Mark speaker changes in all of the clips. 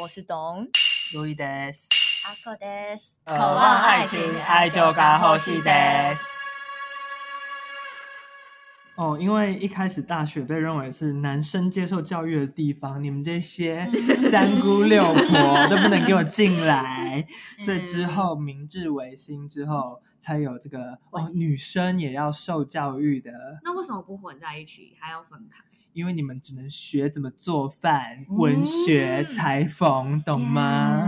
Speaker 1: 我是董
Speaker 2: 路易德斯，
Speaker 1: 阿克德斯，
Speaker 2: 渴望爱情，爱就该呼吸的。哦，因为一开始大学被认为是男生接受教育的地方，你们这些三姑六婆都不能给我进 来，所以之后明治维新之后才有这个哦，女生也要受教育的，
Speaker 3: 那为什么不混在一起，还要分开？
Speaker 2: 因为你们只能学怎么做饭、文学、裁缝，懂吗？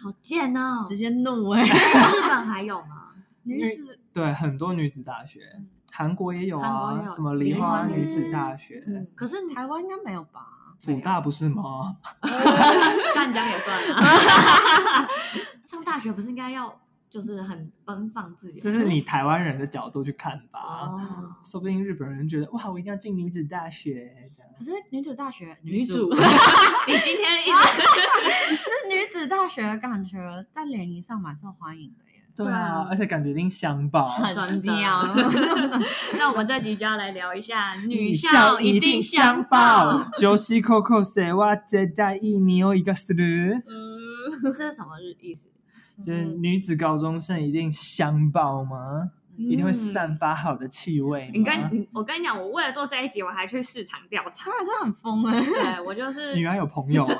Speaker 3: 好贱哦！
Speaker 1: 直接怒哎、
Speaker 3: 日本还有吗？
Speaker 2: 女
Speaker 3: 女子嗯
Speaker 2: 对，很多女子大学，韩国也有
Speaker 3: 韩国
Speaker 2: 啊
Speaker 3: 也，有
Speaker 2: 什么梨
Speaker 3: 梨
Speaker 2: 花
Speaker 3: 花
Speaker 2: 女
Speaker 3: 女
Speaker 2: 子
Speaker 3: 子嗯
Speaker 2: 大学。
Speaker 3: 可是你
Speaker 1: 台湾应该没有吧？
Speaker 2: 辅大不是吗？
Speaker 3: 干将也算啊。 上大学不是应该要就是很奔放自由？
Speaker 2: 这是你台湾人的角度去看吧，
Speaker 3: 哦，
Speaker 1: 啊
Speaker 2: 说不定日本人觉得哇，我一定要进女子大学这样。
Speaker 1: 可是女子大学，
Speaker 3: 女主
Speaker 1: 主
Speaker 3: 你今 天一直
Speaker 1: 是女子大学，感觉在联谊上蛮受欢迎的耶。
Speaker 2: 对
Speaker 3: 对啊
Speaker 2: 啊，而且感觉一定香爆。
Speaker 3: 哦真的
Speaker 1: 妙
Speaker 3: 那我们这集就要来聊一下
Speaker 2: 女
Speaker 3: 校
Speaker 2: 校
Speaker 3: 一
Speaker 2: 一
Speaker 3: 定
Speaker 2: 定
Speaker 3: 香
Speaker 2: 香
Speaker 3: 爆。
Speaker 2: 爆，九西 Coco 谁哇在大一你有一个死驴，
Speaker 3: 嗯这是什么日意思？
Speaker 2: 就是
Speaker 3: 嗯
Speaker 2: 女子高中生一定香爆吗？一
Speaker 3: 嗯
Speaker 2: 定会
Speaker 1: 嗯
Speaker 2: 散发好的气味吗。
Speaker 1: 啊
Speaker 3: 你跟你我跟你讲，我为了做这一集，我还去市场调 查
Speaker 1: 他。还是很疯哎，
Speaker 3: 对我就是
Speaker 2: 女儿有朋友啊，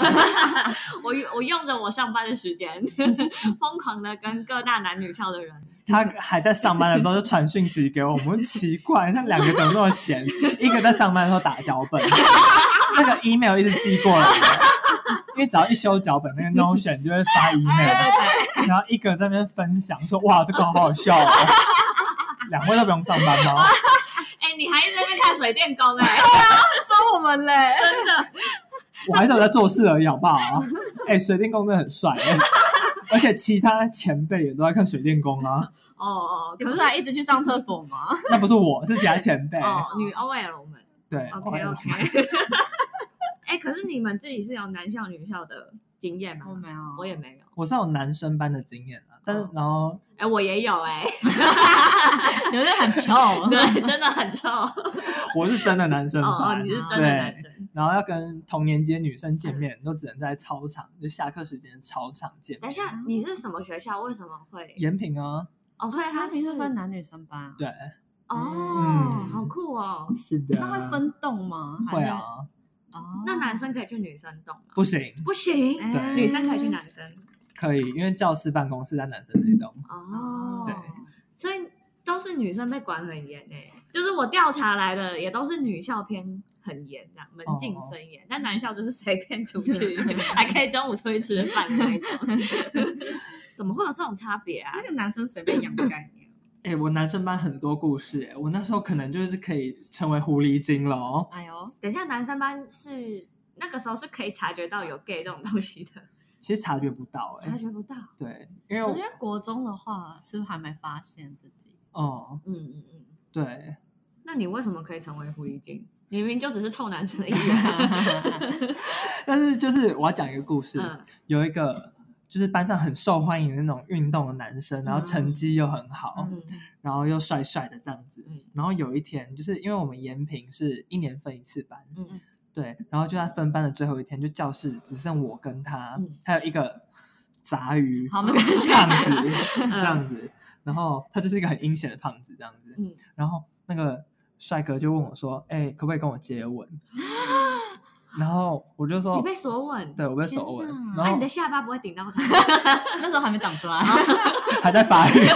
Speaker 3: 我我用着我上班的 时间，疯狂的跟各大男女校的人，
Speaker 2: 她还在上班的时候就传讯息给我，我们奇怪，那两个怎么那么闲？一个在上班的时候打脚本，那个 email 一直寄过来，因为只要一修脚本，那个 Notion 就会发 email，然后一个在那边分享说哇这个好好笑哦，两位都不用上班吗？
Speaker 3: 哎、你还一直在那边看水电工哎、
Speaker 1: 说我们嘞，
Speaker 3: 真的，
Speaker 2: 我还是有在做事而已，好不好？哎、水电工真的很帅、哎而且其他前辈也都在看水电工啊，
Speaker 3: 哦哦，
Speaker 1: 你
Speaker 3: 可
Speaker 1: 不
Speaker 3: 是
Speaker 1: 是还一直去上厕所吗？
Speaker 2: 那不是我，是其他前辈。
Speaker 3: 哦，女 OL 们
Speaker 2: 对
Speaker 3: ，OK
Speaker 2: 哦
Speaker 3: OK，哎、可是你们自己是有男校女校的经验吗？
Speaker 1: 我没有
Speaker 3: 我也没有，
Speaker 2: 我是有男生班的经验啊，但是
Speaker 3: 哦
Speaker 2: 然后
Speaker 3: 哎、我也有 哎、
Speaker 1: 有点很臭。
Speaker 3: 对，真的很臭，哦
Speaker 2: 我是真的男生
Speaker 3: 哦，
Speaker 2: 班
Speaker 3: 你，是真的男生。
Speaker 2: 然后要跟同年级的女生见面，都只能在操场，就下课时间的操场见
Speaker 3: 嗯等一
Speaker 2: 面。
Speaker 3: 下，你是什么学校？为什么会？
Speaker 2: 延平啊，
Speaker 3: 哦，所以
Speaker 1: 他
Speaker 3: 他
Speaker 1: 平时分男女生班啊，
Speaker 2: 对，
Speaker 3: 哦，
Speaker 2: 嗯
Speaker 3: 好酷哦。
Speaker 2: 是的，
Speaker 1: 那会分栋吗？
Speaker 2: 啊会
Speaker 1: 还
Speaker 2: 啊，
Speaker 1: 是，哦
Speaker 3: 那男生可以去女生懂吗？
Speaker 2: 不行，
Speaker 3: 不行，
Speaker 2: 对
Speaker 3: 哎女生可以去男生
Speaker 2: 可以，因为教室办公室在男生那栋。
Speaker 3: 哦。
Speaker 2: 对
Speaker 3: 所以都是女生被管很严诶、就是我调查来的也都是女校偏很严，这样门禁森严，但男校就是随便出去， 还可以中午出去吃饭的那一种。 怎么会有这种差别啊
Speaker 1: 那？个男生随便养的概念。
Speaker 2: 哎、我男生班很多故事、哎，我那时候可能就是可以成为狐狸精了哦。
Speaker 1: 哎呦，
Speaker 3: 等一下，男生班是那个时候是可以察觉到有 gay 这种东西的，
Speaker 2: 其实察觉不到、
Speaker 3: 察
Speaker 2: 哎，
Speaker 3: 觉不到。
Speaker 2: 对，因为
Speaker 1: 我
Speaker 2: 我
Speaker 1: 觉得国中的话，是不是还没发现自己？
Speaker 2: 哦、
Speaker 3: 嗯嗯嗯，
Speaker 2: 对，
Speaker 3: 那你为什么可以成为狐狸精？你明明就只是臭男生的一 员。
Speaker 2: 但是就是我要讲一个故事，
Speaker 3: 嗯
Speaker 2: 有一个就是班上很受欢迎的那种运动的男生，
Speaker 1: 嗯
Speaker 2: 然后成绩又很好，
Speaker 3: 嗯
Speaker 2: 然后又帅帅的这样子。
Speaker 3: 嗯
Speaker 2: 然后有一天，就是因为我们延平是一年分一次班，
Speaker 3: 嗯
Speaker 2: 对，然后就在分班的最后一天，就教室只剩我跟他，
Speaker 3: 嗯
Speaker 2: 还有一个杂鱼，
Speaker 1: 好，没关系。嗯
Speaker 2: 胖 子，嗯这样子。然后他就是一个很阴险的胖子，这样子。
Speaker 3: 嗯
Speaker 2: 然后那个帅哥就问我说：“哎、可不可以跟我接吻？” 然后我就说
Speaker 3: 你被索吻：“，
Speaker 2: 对，我被手吻。
Speaker 1: 天”哪
Speaker 2: 然
Speaker 3: 那、你
Speaker 2: 后
Speaker 3: 的下巴不会顶到他？
Speaker 1: 那时候还没长出来，
Speaker 3: 哦
Speaker 2: 还在发育。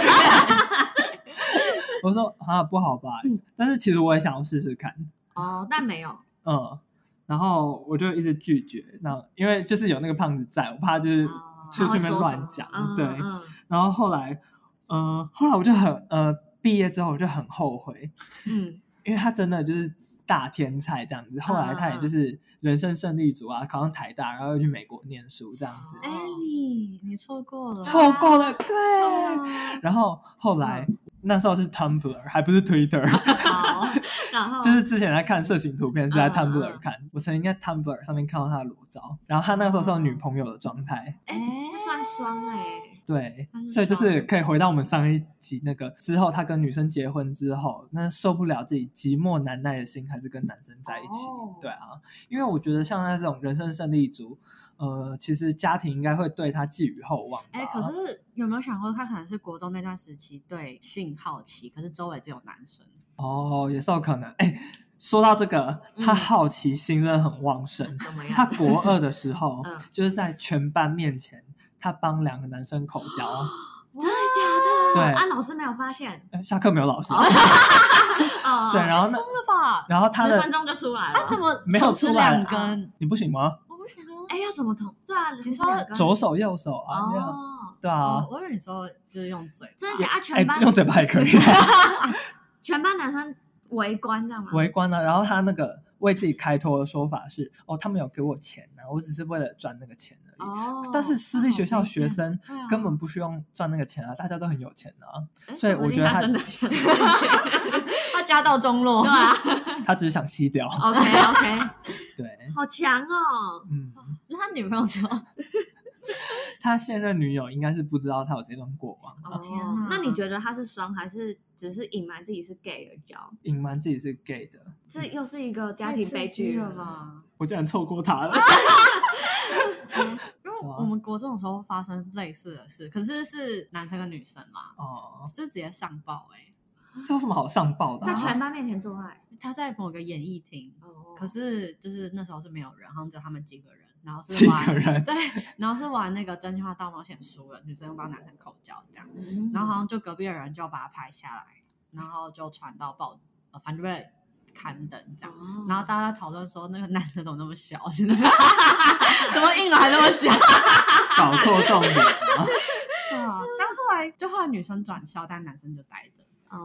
Speaker 2: 我说：“啊，不好吧？”
Speaker 1: 嗯
Speaker 2: 但是其实我也想要试试看，
Speaker 3: 哦，但没有。
Speaker 2: 嗯。然后我就一直拒绝，那因为就是有那个胖子在，我怕就是
Speaker 1: 哦
Speaker 2: 出去那
Speaker 3: 他
Speaker 2: 边
Speaker 3: 会说
Speaker 2: 乱
Speaker 3: 什么
Speaker 2: 讲
Speaker 3: 嗯、
Speaker 2: 对
Speaker 3: 嗯
Speaker 2: 然后后来，呃，后来我就很呃，毕业之后我就很后悔，
Speaker 3: 嗯
Speaker 2: 因为他真的就是大天才这样子。后来他
Speaker 1: 嗯
Speaker 2: 也就是人生胜利组啊，考上台大，然后又去美国念书这样子，
Speaker 3: 哦
Speaker 1: 哎，你你错过了，
Speaker 2: 错过了对。
Speaker 1: 啊
Speaker 2: 然后后来
Speaker 1: 嗯
Speaker 2: 那时候是 Tumblr，还不是 Twitter，
Speaker 1: 哦
Speaker 3: 好，然 后
Speaker 2: 就是之前在看色情图片是在
Speaker 3: 哦嗯嗯
Speaker 2: Tumblr 看，我曾经在 Tumblr 上面看到他的裸照，然后他那个时候是有
Speaker 3: 哦
Speaker 2: 女朋友的状态。
Speaker 3: 哎、这算双哎、
Speaker 2: 对
Speaker 1: 他，是
Speaker 2: 所以就
Speaker 1: 双
Speaker 2: 是可以回到我们上一集那个之后，他跟女生结婚之后，那受不了自己寂寞难耐的心，还是跟男生在一起。
Speaker 3: 哦
Speaker 2: 对啊，因为我觉得像他这种人生胜利组，呃，其实家庭应该会对他寄予厚望吧。
Speaker 1: 哎、可是有没有想过，他可能是国中那段时期对性好奇，可是周围只有男生。
Speaker 2: 哦，也是有可能。哎，说到这个，他
Speaker 3: 嗯
Speaker 2: 好奇心真的很旺盛。
Speaker 3: 怎么
Speaker 2: 他
Speaker 3: 样？
Speaker 2: 国二的时候，
Speaker 3: 嗯
Speaker 2: 就是在全班面前，他帮两个男生口 交。
Speaker 3: 真的假的？
Speaker 2: 对
Speaker 3: 啊，老师没有发现。
Speaker 2: 呃下课没有老师，
Speaker 3: 哦哦，
Speaker 2: 对，然后呢，
Speaker 1: 真的吧？
Speaker 2: 然后他
Speaker 3: 十分
Speaker 2: 的
Speaker 3: 钟就出来了。
Speaker 1: 他怎么
Speaker 2: 没有
Speaker 1: 捅出
Speaker 2: 出来
Speaker 1: 两
Speaker 2: 啊
Speaker 1: 根？
Speaker 2: 你不行吗？
Speaker 1: 我不想要。
Speaker 3: 哎，要怎么捅？对啊，你
Speaker 1: 说
Speaker 2: 左手右手啊，这样
Speaker 3: 哦，
Speaker 2: 对啊
Speaker 1: 嗯哦，我以为你说就是用嘴，
Speaker 3: 真的假的？啊
Speaker 2: 哎
Speaker 3: 全，班
Speaker 2: 用嘴巴 也可以。
Speaker 3: 全班男生围观这样吗？
Speaker 2: 围观呢，然后他那个为自己开脱的说法是，哦，他们有给我钱呢、我只是为了赚那个钱而已。
Speaker 3: 哦，
Speaker 2: 但是私立学校
Speaker 1: 好
Speaker 2: 学
Speaker 1: 偏见
Speaker 2: 生
Speaker 1: 对啊
Speaker 2: 根本不需要赚那个钱啊，大家都很有钱的啊，
Speaker 3: 哎
Speaker 2: 所以我觉得他
Speaker 3: 说不定他真的 想
Speaker 1: 他家道中落
Speaker 3: 对啊
Speaker 2: 他只是想吸掉。
Speaker 1: 哦
Speaker 3: ，OK OK，
Speaker 2: 对，
Speaker 3: 好强哦，
Speaker 2: 嗯，
Speaker 1: 那他女朋友说，
Speaker 2: 他现任女友应该是不知道他有这段过往，
Speaker 3: 哦
Speaker 1: 天哪
Speaker 3: 那你觉得他是双还是只是隐瞒自己是 gay 而哦交？
Speaker 2: 隐瞒自己是 gay 的，
Speaker 3: 这又是一个家庭悲
Speaker 1: 太刺激
Speaker 3: 剧
Speaker 1: 了？吧？
Speaker 2: 我竟然错过他了。
Speaker 1: 因为
Speaker 2: 啊
Speaker 1: 我们国中的时候发生类似的事，可是是男生跟女生啦，
Speaker 2: 哦，
Speaker 1: 就直接上报哎、
Speaker 2: 这有什么好上报的、
Speaker 1: 哦
Speaker 3: 在全
Speaker 2: 啊？
Speaker 3: 班面前做爱，
Speaker 1: 他在某个演艺厅，
Speaker 3: 哦
Speaker 1: 可是就是那时候是没有人，好像只有他们几个人，然后
Speaker 2: 几
Speaker 1: 是玩
Speaker 2: 个人，
Speaker 1: 对，然后是玩那个真心话大冒险输了，女生帮男生口交这样，
Speaker 3: 嗯
Speaker 1: 然后好像就隔壁的人就把它拍下来，然后就传到报，呃反正就被刊登这样。
Speaker 3: 哦
Speaker 1: 然后大家讨论说，那个男的怎么那么小？ 怎么硬了还那么小？
Speaker 2: 搞错重点了。
Speaker 1: 对啊，但后来就后来女生转校，但男生就待着。
Speaker 3: 哦，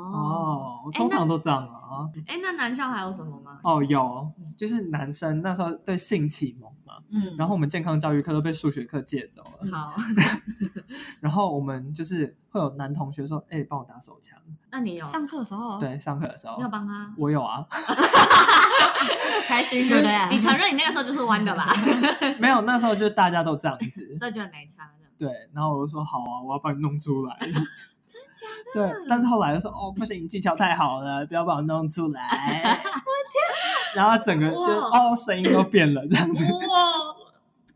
Speaker 2: 哦，
Speaker 3: 哎
Speaker 2: 通常都这样啊。
Speaker 3: 哎，那男校还有什么吗？
Speaker 2: 哦，有，就是男生那时候对性启蒙嘛，
Speaker 1: 嗯
Speaker 2: 然后我们健康教育课都被数学课借走了，
Speaker 3: 好，
Speaker 2: 然后我们就是会有男同学说，哎，帮我打手枪。
Speaker 3: 那你 有
Speaker 1: 上课的时候，，
Speaker 2: 对，上课的时候
Speaker 3: 你哦有 帮他？
Speaker 2: 我有啊，
Speaker 1: 开心对不对？
Speaker 3: 你承认你那个时候就是弯的吧？
Speaker 2: 没有，那时候就大家都这样子，
Speaker 3: 所以觉得没差的。
Speaker 2: 对，然后我就说好啊，我要把你弄出来。 真假的？对，但是后来就说哦，不行，你技巧太好了，不要把我弄出来。 我天！然后整个就
Speaker 3: 哇
Speaker 2: 哦，声音都变了这样 子。
Speaker 3: 哇，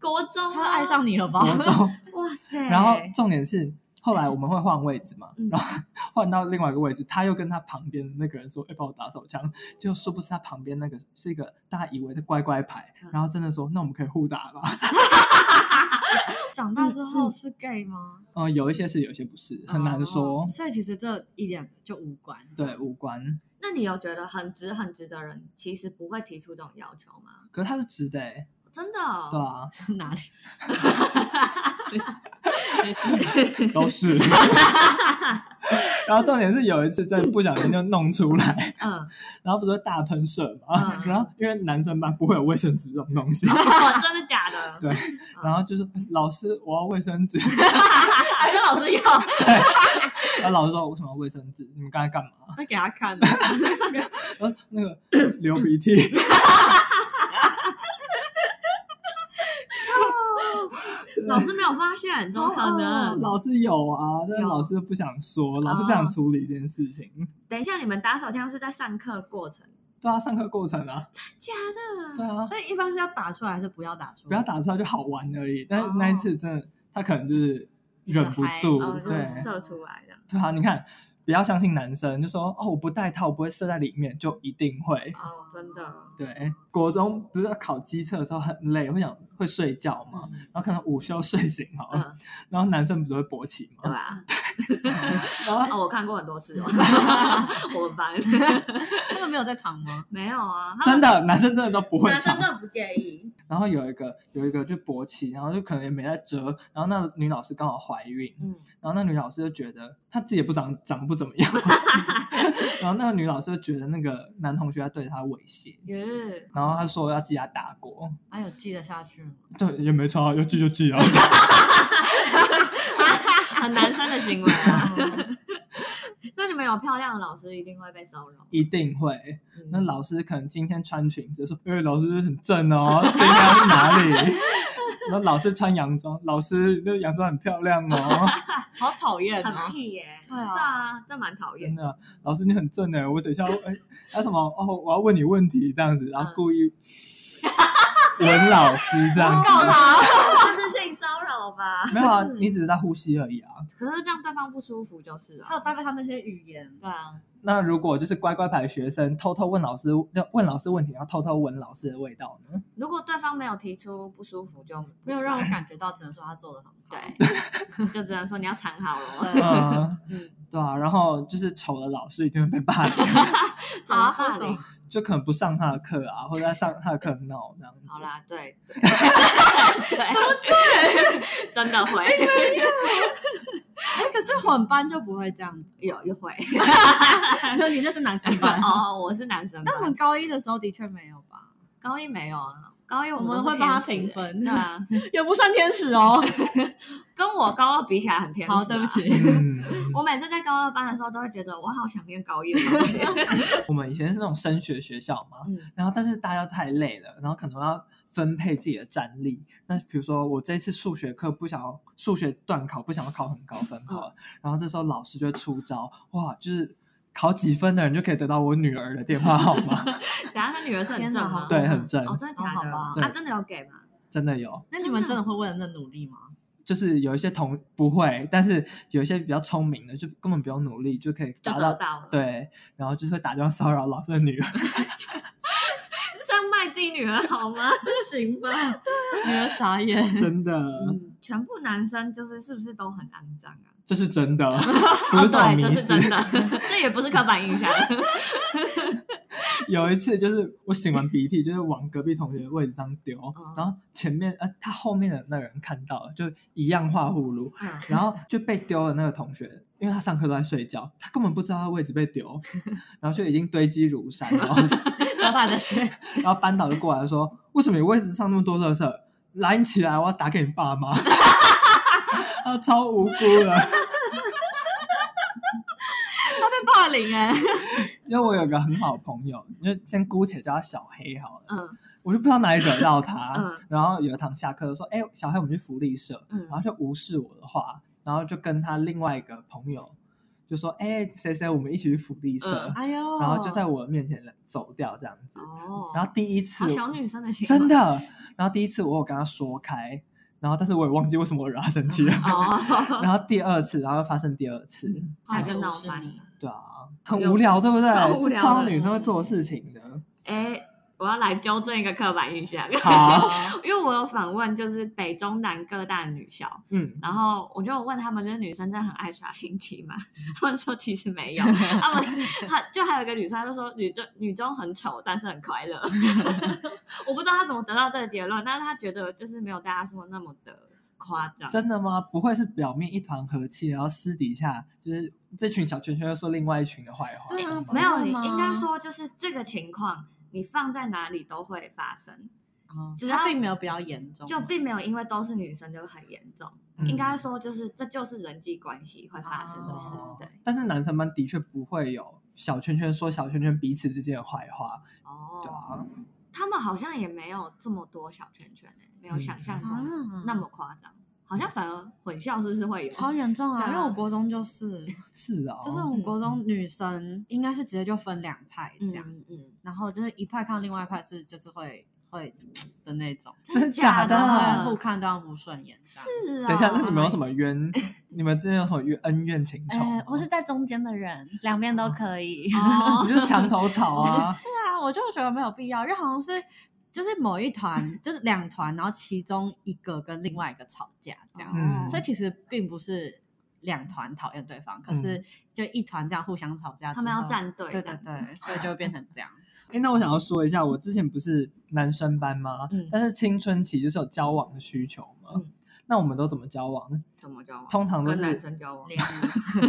Speaker 3: 国中啊
Speaker 1: 他爱上你了吧？
Speaker 2: 然后
Speaker 3: 哇塞，
Speaker 2: 然后重点是，后来我们会换位置嘛，
Speaker 3: 嗯
Speaker 2: 然后换到另外一个位置，他又跟他旁边的那个人说：“哎、帮我打手枪。”就殊不知他旁边那个是一个大家以为的乖乖牌，然后真的说：“那我们可以互打吧。
Speaker 1: 长大之后是 gay 吗？
Speaker 2: 嗯，有一些是，有一些不是，很难说。
Speaker 1: 所以其实这一点就无关。
Speaker 2: 对，无关。
Speaker 3: 那你有觉得很直很直的人，其实不会提出这种要求吗？
Speaker 2: 可是他是直的、欸，
Speaker 3: 真的、哦，
Speaker 2: 对啊，
Speaker 1: 哪里？
Speaker 2: 都是。 然后重点是有一次真的不小心就弄出来，
Speaker 3: 嗯，
Speaker 2: 然后不是会大喷射嘛，
Speaker 3: 嗯
Speaker 2: 然后因为男生班不会有卫生纸这种东西，
Speaker 3: 哦真的假的？
Speaker 2: 对
Speaker 3: 嗯
Speaker 2: 然后就是老师我要卫生纸，
Speaker 3: 还是老师有，
Speaker 2: 然后老师说为什么要卫生纸？你们刚才干嘛？
Speaker 1: 那给他看 的，
Speaker 2: 然后那 个流鼻涕，
Speaker 3: 老师没有发现，怎么可能？
Speaker 2: 哦
Speaker 1: 哦
Speaker 2: 老师有啊，但是
Speaker 3: 有
Speaker 2: 老师不想说，老师不想处理这件事情。
Speaker 3: 等一下，你们打手枪是在上课过程？
Speaker 2: 对啊，上课过程啊，
Speaker 3: 假的，
Speaker 2: 对啊，
Speaker 1: 所以一般是要打出来还是不要打出来？
Speaker 2: 不要打出来就好玩而已。但是那一次真的，他可能就是
Speaker 1: 一个
Speaker 2: 哦忍不住
Speaker 1: 嗨
Speaker 3: 哦，
Speaker 1: 嗯，
Speaker 2: 对
Speaker 3: 就，射出来的。
Speaker 2: 对啊，你看，不要相信男生，就说哦，我不戴套，我不会射在里面，就一定会。
Speaker 3: 哦，真的，
Speaker 2: 对，国中不是要考机测的时候很累，会想会睡觉嘛，
Speaker 1: 嗯
Speaker 2: 然后可能午休睡醒好了，
Speaker 3: 嗯，
Speaker 2: 然后男生不是会勃起
Speaker 3: 对
Speaker 2: 嘛，
Speaker 3: 啊，
Speaker 2: 然后
Speaker 3: 哦，我看过很多次 哦，我们班
Speaker 1: 他们没有在场吗？
Speaker 3: 没有啊，他
Speaker 2: 真
Speaker 3: 们
Speaker 2: 的男生真的都不会
Speaker 3: 男生
Speaker 2: 长
Speaker 3: 真，的不介意，
Speaker 2: 然后有一个有一个就勃起，然后就可能也没在遮，然后那女老师刚好怀孕，
Speaker 3: 嗯，
Speaker 2: 然后那女老师就觉得她自己也不长长得不怎么 样，然后那个女老师就觉得那个男同学在对她猥亵，
Speaker 3: 也
Speaker 2: 然后她说要记他大过，
Speaker 1: 还有记得下去吗？
Speaker 2: 对，也没差，要记就记啊。
Speaker 3: 很男生的行 为啊。那你们有漂亮的老师，一定会被骚扰。
Speaker 2: 一定会。
Speaker 3: 嗯
Speaker 2: 那老师可能今天穿裙子，说：“哎、老师很正哦，今天要去哪里？”然后老师穿洋装，老师那洋装很漂亮 哦，
Speaker 1: 好讨厌
Speaker 3: 很
Speaker 1: 啊！
Speaker 3: 屁耶、
Speaker 1: 对啊
Speaker 3: 对啊，这蛮讨
Speaker 2: 真
Speaker 3: 厌。
Speaker 2: 的，老师你很正欸嗯哎，我等一下要哎，要、什么哦，我要问你问题这样子，然后故意。文老师这样子。
Speaker 1: 告他，
Speaker 3: 哦 这是性骚扰吧？
Speaker 2: 没有啊，你只是在呼吸而已啊。
Speaker 3: 可是让对方不舒服就是
Speaker 1: 还
Speaker 3: 了。
Speaker 1: 有搭配他那些语言，
Speaker 3: 对啊，
Speaker 2: 那如果就是乖乖牌学生偷偷问老师，就问老师问题，然后偷偷闻老师的味道呢？
Speaker 3: 如果对方没有提出不舒服，就
Speaker 1: 没有让我感觉到，只能说他做的很好。
Speaker 3: 对， 就只能说你要藏好了。
Speaker 2: 嗯，
Speaker 3: 嗯，
Speaker 2: 对啊。然后就是丑的老师一定会被霸凌，
Speaker 3: 怎么办呢
Speaker 1: 为什么
Speaker 2: 就可能不上他的课啊，或者在上他的课闹这样子。
Speaker 3: 好啦，对，对对，真的会
Speaker 1: 哎，可是混班就不会这样子，
Speaker 3: 有一会。
Speaker 1: 那 你那是男生班。
Speaker 3: 哦，我是男生班，
Speaker 1: 但我们高一的时候的确没有吧？
Speaker 3: 高一没有啊，高一
Speaker 1: 我们
Speaker 3: 都是
Speaker 1: 会帮他
Speaker 3: 天使
Speaker 1: 评分
Speaker 3: 对啊，
Speaker 1: 也不算天使啊哦。
Speaker 3: 跟我高二比起来很天使。啊
Speaker 1: 好，对不。起。
Speaker 2: 嗯，
Speaker 3: 我每次在高二班的时候，都会觉得我好想念高一的 同学。
Speaker 2: 我们以前是那种升学学校嘛，
Speaker 3: 嗯，
Speaker 2: 然后但是大家太累了，然后可能要分配自己的战力。那比如说我这次数学课不想要数学段考，不想要考很高分好了，
Speaker 3: 嗯
Speaker 2: 然后这时候老师就会出招，哇，就是考几分的人就可以得到我女儿的电话号码，
Speaker 3: 等下他女儿是很
Speaker 1: 天
Speaker 3: 正
Speaker 1: 哪
Speaker 3: 吗？
Speaker 1: 好对
Speaker 2: 很正
Speaker 3: 哦，真的假
Speaker 1: 好
Speaker 3: 的？
Speaker 1: 好吧
Speaker 2: 对
Speaker 3: 啊，真的有给吗？
Speaker 2: 真的有。
Speaker 1: 那你们真的会为了那努力吗？
Speaker 2: 就是有一些同不会，但是有一些比较聪明的，就根本不用努力就可以
Speaker 3: 就
Speaker 2: 达
Speaker 3: 得
Speaker 2: 到。
Speaker 3: 到了。，
Speaker 2: 对，然后就是会打电话骚扰老师的女儿，
Speaker 3: 这样卖自己女儿好吗？
Speaker 1: 不行吧？女儿傻眼。
Speaker 2: 真的，
Speaker 3: 嗯，全部男生就是是不是都很肮脏啊？
Speaker 2: 这是真 的，不
Speaker 3: 哦，
Speaker 2: 是什么
Speaker 3: 对，
Speaker 2: 迷
Speaker 3: 这是
Speaker 2: 思。
Speaker 3: 真的，这也不是刻板印象。
Speaker 2: 有一次就是我擤完鼻涕，就是往隔壁同学的位置上丢，
Speaker 3: 哦
Speaker 2: 然后前面呃他后面的那个人看到了，就一样画葫芦，
Speaker 3: 嗯，
Speaker 2: 然后就被丢的那个同学，因为他上课都在睡觉，他根本不知道他位置被 丢，然后就已经堆积如山，然后
Speaker 1: 他怕的是，
Speaker 2: 然后班导就过来说：“为什么你位置上那么多垃圾？来，你起来，我要打给你爸妈。” 他超无辜的，
Speaker 1: 他被霸凌哎。
Speaker 2: 因为我有个很好的朋友，就先姑且叫他小黑好了。
Speaker 3: 嗯，
Speaker 2: 我就不知道哪里惹到他。
Speaker 3: 嗯
Speaker 2: 然后有一堂下课就说：“哎、小黑，我们去福利社。
Speaker 3: 嗯
Speaker 2: 然后就无视我的话，然后就跟他另外一个朋友就说：“哎、谁谁，我们一起去福利社。
Speaker 1: 哎呦。
Speaker 2: 然后就在我面前走掉这样子。
Speaker 3: 嗯哦，
Speaker 2: 然后第一次
Speaker 3: 好
Speaker 2: 我
Speaker 3: 小女生的行为
Speaker 2: 真的。然后第一次我有跟他说开，然后但是我也忘记为什么我惹他生气了。
Speaker 3: 哦，
Speaker 2: 然后第二次，然后又发生第二次，
Speaker 3: 后来就闹翻了。
Speaker 2: 对啊，很
Speaker 3: 有
Speaker 2: 无聊，对不对？
Speaker 3: 超无
Speaker 2: 这
Speaker 3: 聊
Speaker 2: 超
Speaker 3: 的嗯
Speaker 2: 女生会做的事情呢。
Speaker 3: 哎，我要来纠正一个刻板印象，
Speaker 2: 好，啊
Speaker 3: 因为我有访问就是北中南各大女校，
Speaker 2: 嗯，
Speaker 3: 然后我就有问他们，就是女生真的很爱耍心机嘛？他们说其实没 有，他们他就还有一个女生，她就说女中女中很丑，但是很 快乐。 我不知道她怎么得到这个结论，但是她觉得就是没有大家说那么的夸张。
Speaker 2: 真的吗？不会是表面一团和气，然后私底下就是这群小圈圈又说另外一群的坏话，
Speaker 1: 对啊
Speaker 2: 懂吗
Speaker 3: 没有，
Speaker 1: 会
Speaker 3: 你
Speaker 1: 吗
Speaker 3: 应该说就是这个情况，你放在哪里都会发生，
Speaker 1: 哦
Speaker 3: 只要
Speaker 1: 他并没有比较严重，
Speaker 3: 就并没有因为都是女生就很严重。
Speaker 2: 嗯
Speaker 3: 应该说就是这就是人际关系会发生的事，
Speaker 2: 哦
Speaker 3: 对。
Speaker 2: 但是男生们的确不会有小圈圈说小圈圈彼此之间的坏话，对
Speaker 3: 哦，
Speaker 2: 啊，
Speaker 3: 他们好像也没有这么多小圈圈诶、没有想象中
Speaker 1: 啊
Speaker 3: 那么夸张，好像反而混校是不是会有？
Speaker 1: 超严重啊！
Speaker 3: 对啊
Speaker 1: 因为我国中就是，
Speaker 2: 是啊、哦，
Speaker 1: 就是我们国中女生应该是直接就分两派这
Speaker 3: 嗯
Speaker 1: 样，
Speaker 3: 嗯嗯，
Speaker 1: 然后就是一派看另外一派是就是会会的那种，
Speaker 2: 真的假的
Speaker 1: 然
Speaker 2: 啊
Speaker 1: 后会互看到不顺眼这样。
Speaker 3: 是啊。
Speaker 2: 等一下，那你们有什么冤？ 你们之间有什么冤恩怨情仇吗？
Speaker 1: 呃我是在中间的人，两边都可以。
Speaker 2: 你
Speaker 3: 哦，
Speaker 2: 就是墙头草啊！
Speaker 1: 是啊， 我就觉得没有必要，因为好像是就是某一团，就是两团，然后其中一个跟另外一个吵架这样，
Speaker 2: 嗯
Speaker 1: 所以其实并不是两团讨厌对方，可是就一团这样互相吵架之后，
Speaker 3: 他们要站队，
Speaker 1: 对对，对，所以就会变成这样。
Speaker 2: 哎、那我想要说一下，我之前不是男生班吗？
Speaker 3: 嗯
Speaker 2: 但是青春期就是有交往的需求嘛。
Speaker 3: 嗯
Speaker 2: 那我们都怎么交往？
Speaker 3: 怎么交往？
Speaker 2: 通常都
Speaker 3: 跟男
Speaker 2: 是
Speaker 3: 生交往。
Speaker 1: 恋爱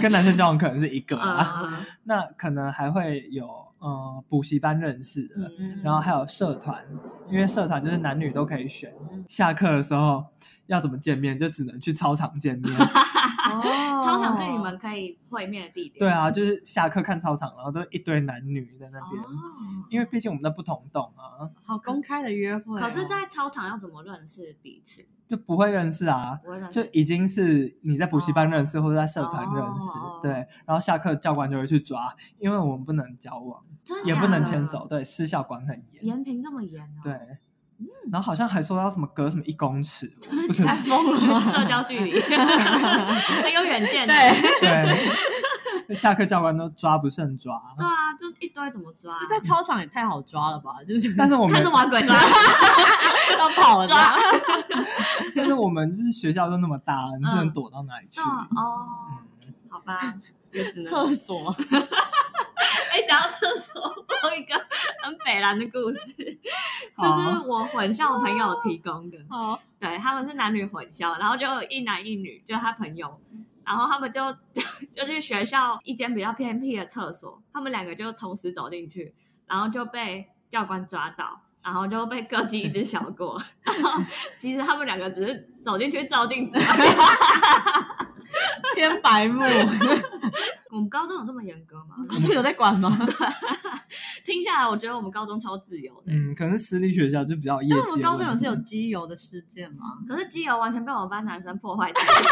Speaker 2: 跟男生交往，可能是一 个啊，
Speaker 3: 嗯
Speaker 2: 那可能还会有呃补习班认识的，
Speaker 3: 嗯嗯，
Speaker 2: 然后还有社团，因为社团就是男女都可以选。下课的时候要怎么见面，就只能去操场见面。
Speaker 1: 哦
Speaker 3: 操场是你们可以会面的地点。
Speaker 2: 对啊，就是下课看操场，然后都一堆男女在那边，
Speaker 3: 哦，
Speaker 2: 因为毕竟我们在不同栋啊，
Speaker 1: 好公开的约会哦、
Speaker 3: 可是，在操场要怎么认识彼此？
Speaker 2: 就不会认识啊。
Speaker 3: 我认识
Speaker 2: 就已经是你在补习班认识，或者在社团认识，
Speaker 3: 哦
Speaker 2: 对，然后下课教官就会去抓，因为我们不能交往，
Speaker 3: 真的
Speaker 2: 也
Speaker 3: 假
Speaker 2: 不能
Speaker 3: 的
Speaker 2: 牵手，对，私校管很严，
Speaker 3: 延平这么严哦？
Speaker 2: 对，然后好像还说到什么隔什么一公尺，不是
Speaker 3: 太疯了， 社交距 离， 很有远见。哦对
Speaker 2: 对，下课教官都抓不胜抓。
Speaker 3: 对啊，就一堆怎么抓？
Speaker 1: 是在操场也太好抓了吧？就是
Speaker 2: 但是我们
Speaker 3: 看是玩鬼抓，
Speaker 1: 要跑了
Speaker 3: 抓
Speaker 1: 抓，
Speaker 2: 但是我们就是学校都那么大了，你只能
Speaker 3: 嗯
Speaker 2: 躲到哪里去？嗯
Speaker 3: 哦，好 吧，也只能。
Speaker 1: 厕所。
Speaker 3: 哎，讲到厕所，我有一个很北蓝的故事，就是我混校朋友提供的。
Speaker 1: 好，
Speaker 3: 对，他们是男女混校，然后就有一男一女，就是他朋友，然后他们就 就去学校一间比较偏僻的厕所，他们两个就同时走进去，然后就被教官抓到，然后就被各记一只小过， 然后其实他们两个只是走进去照镜子而已。
Speaker 1: 天白目，
Speaker 3: 我们高中有这么严格吗？
Speaker 1: 高中有在管吗？
Speaker 3: 听下来，我觉得我们高中超自由的。
Speaker 2: 嗯，可能私立学校就比较有业绩
Speaker 1: 那
Speaker 2: 的问
Speaker 1: 我
Speaker 2: 题。
Speaker 1: 们高中有是有机油的事件吗？
Speaker 3: 可是基友完全被我们班男生破坏掉，超强！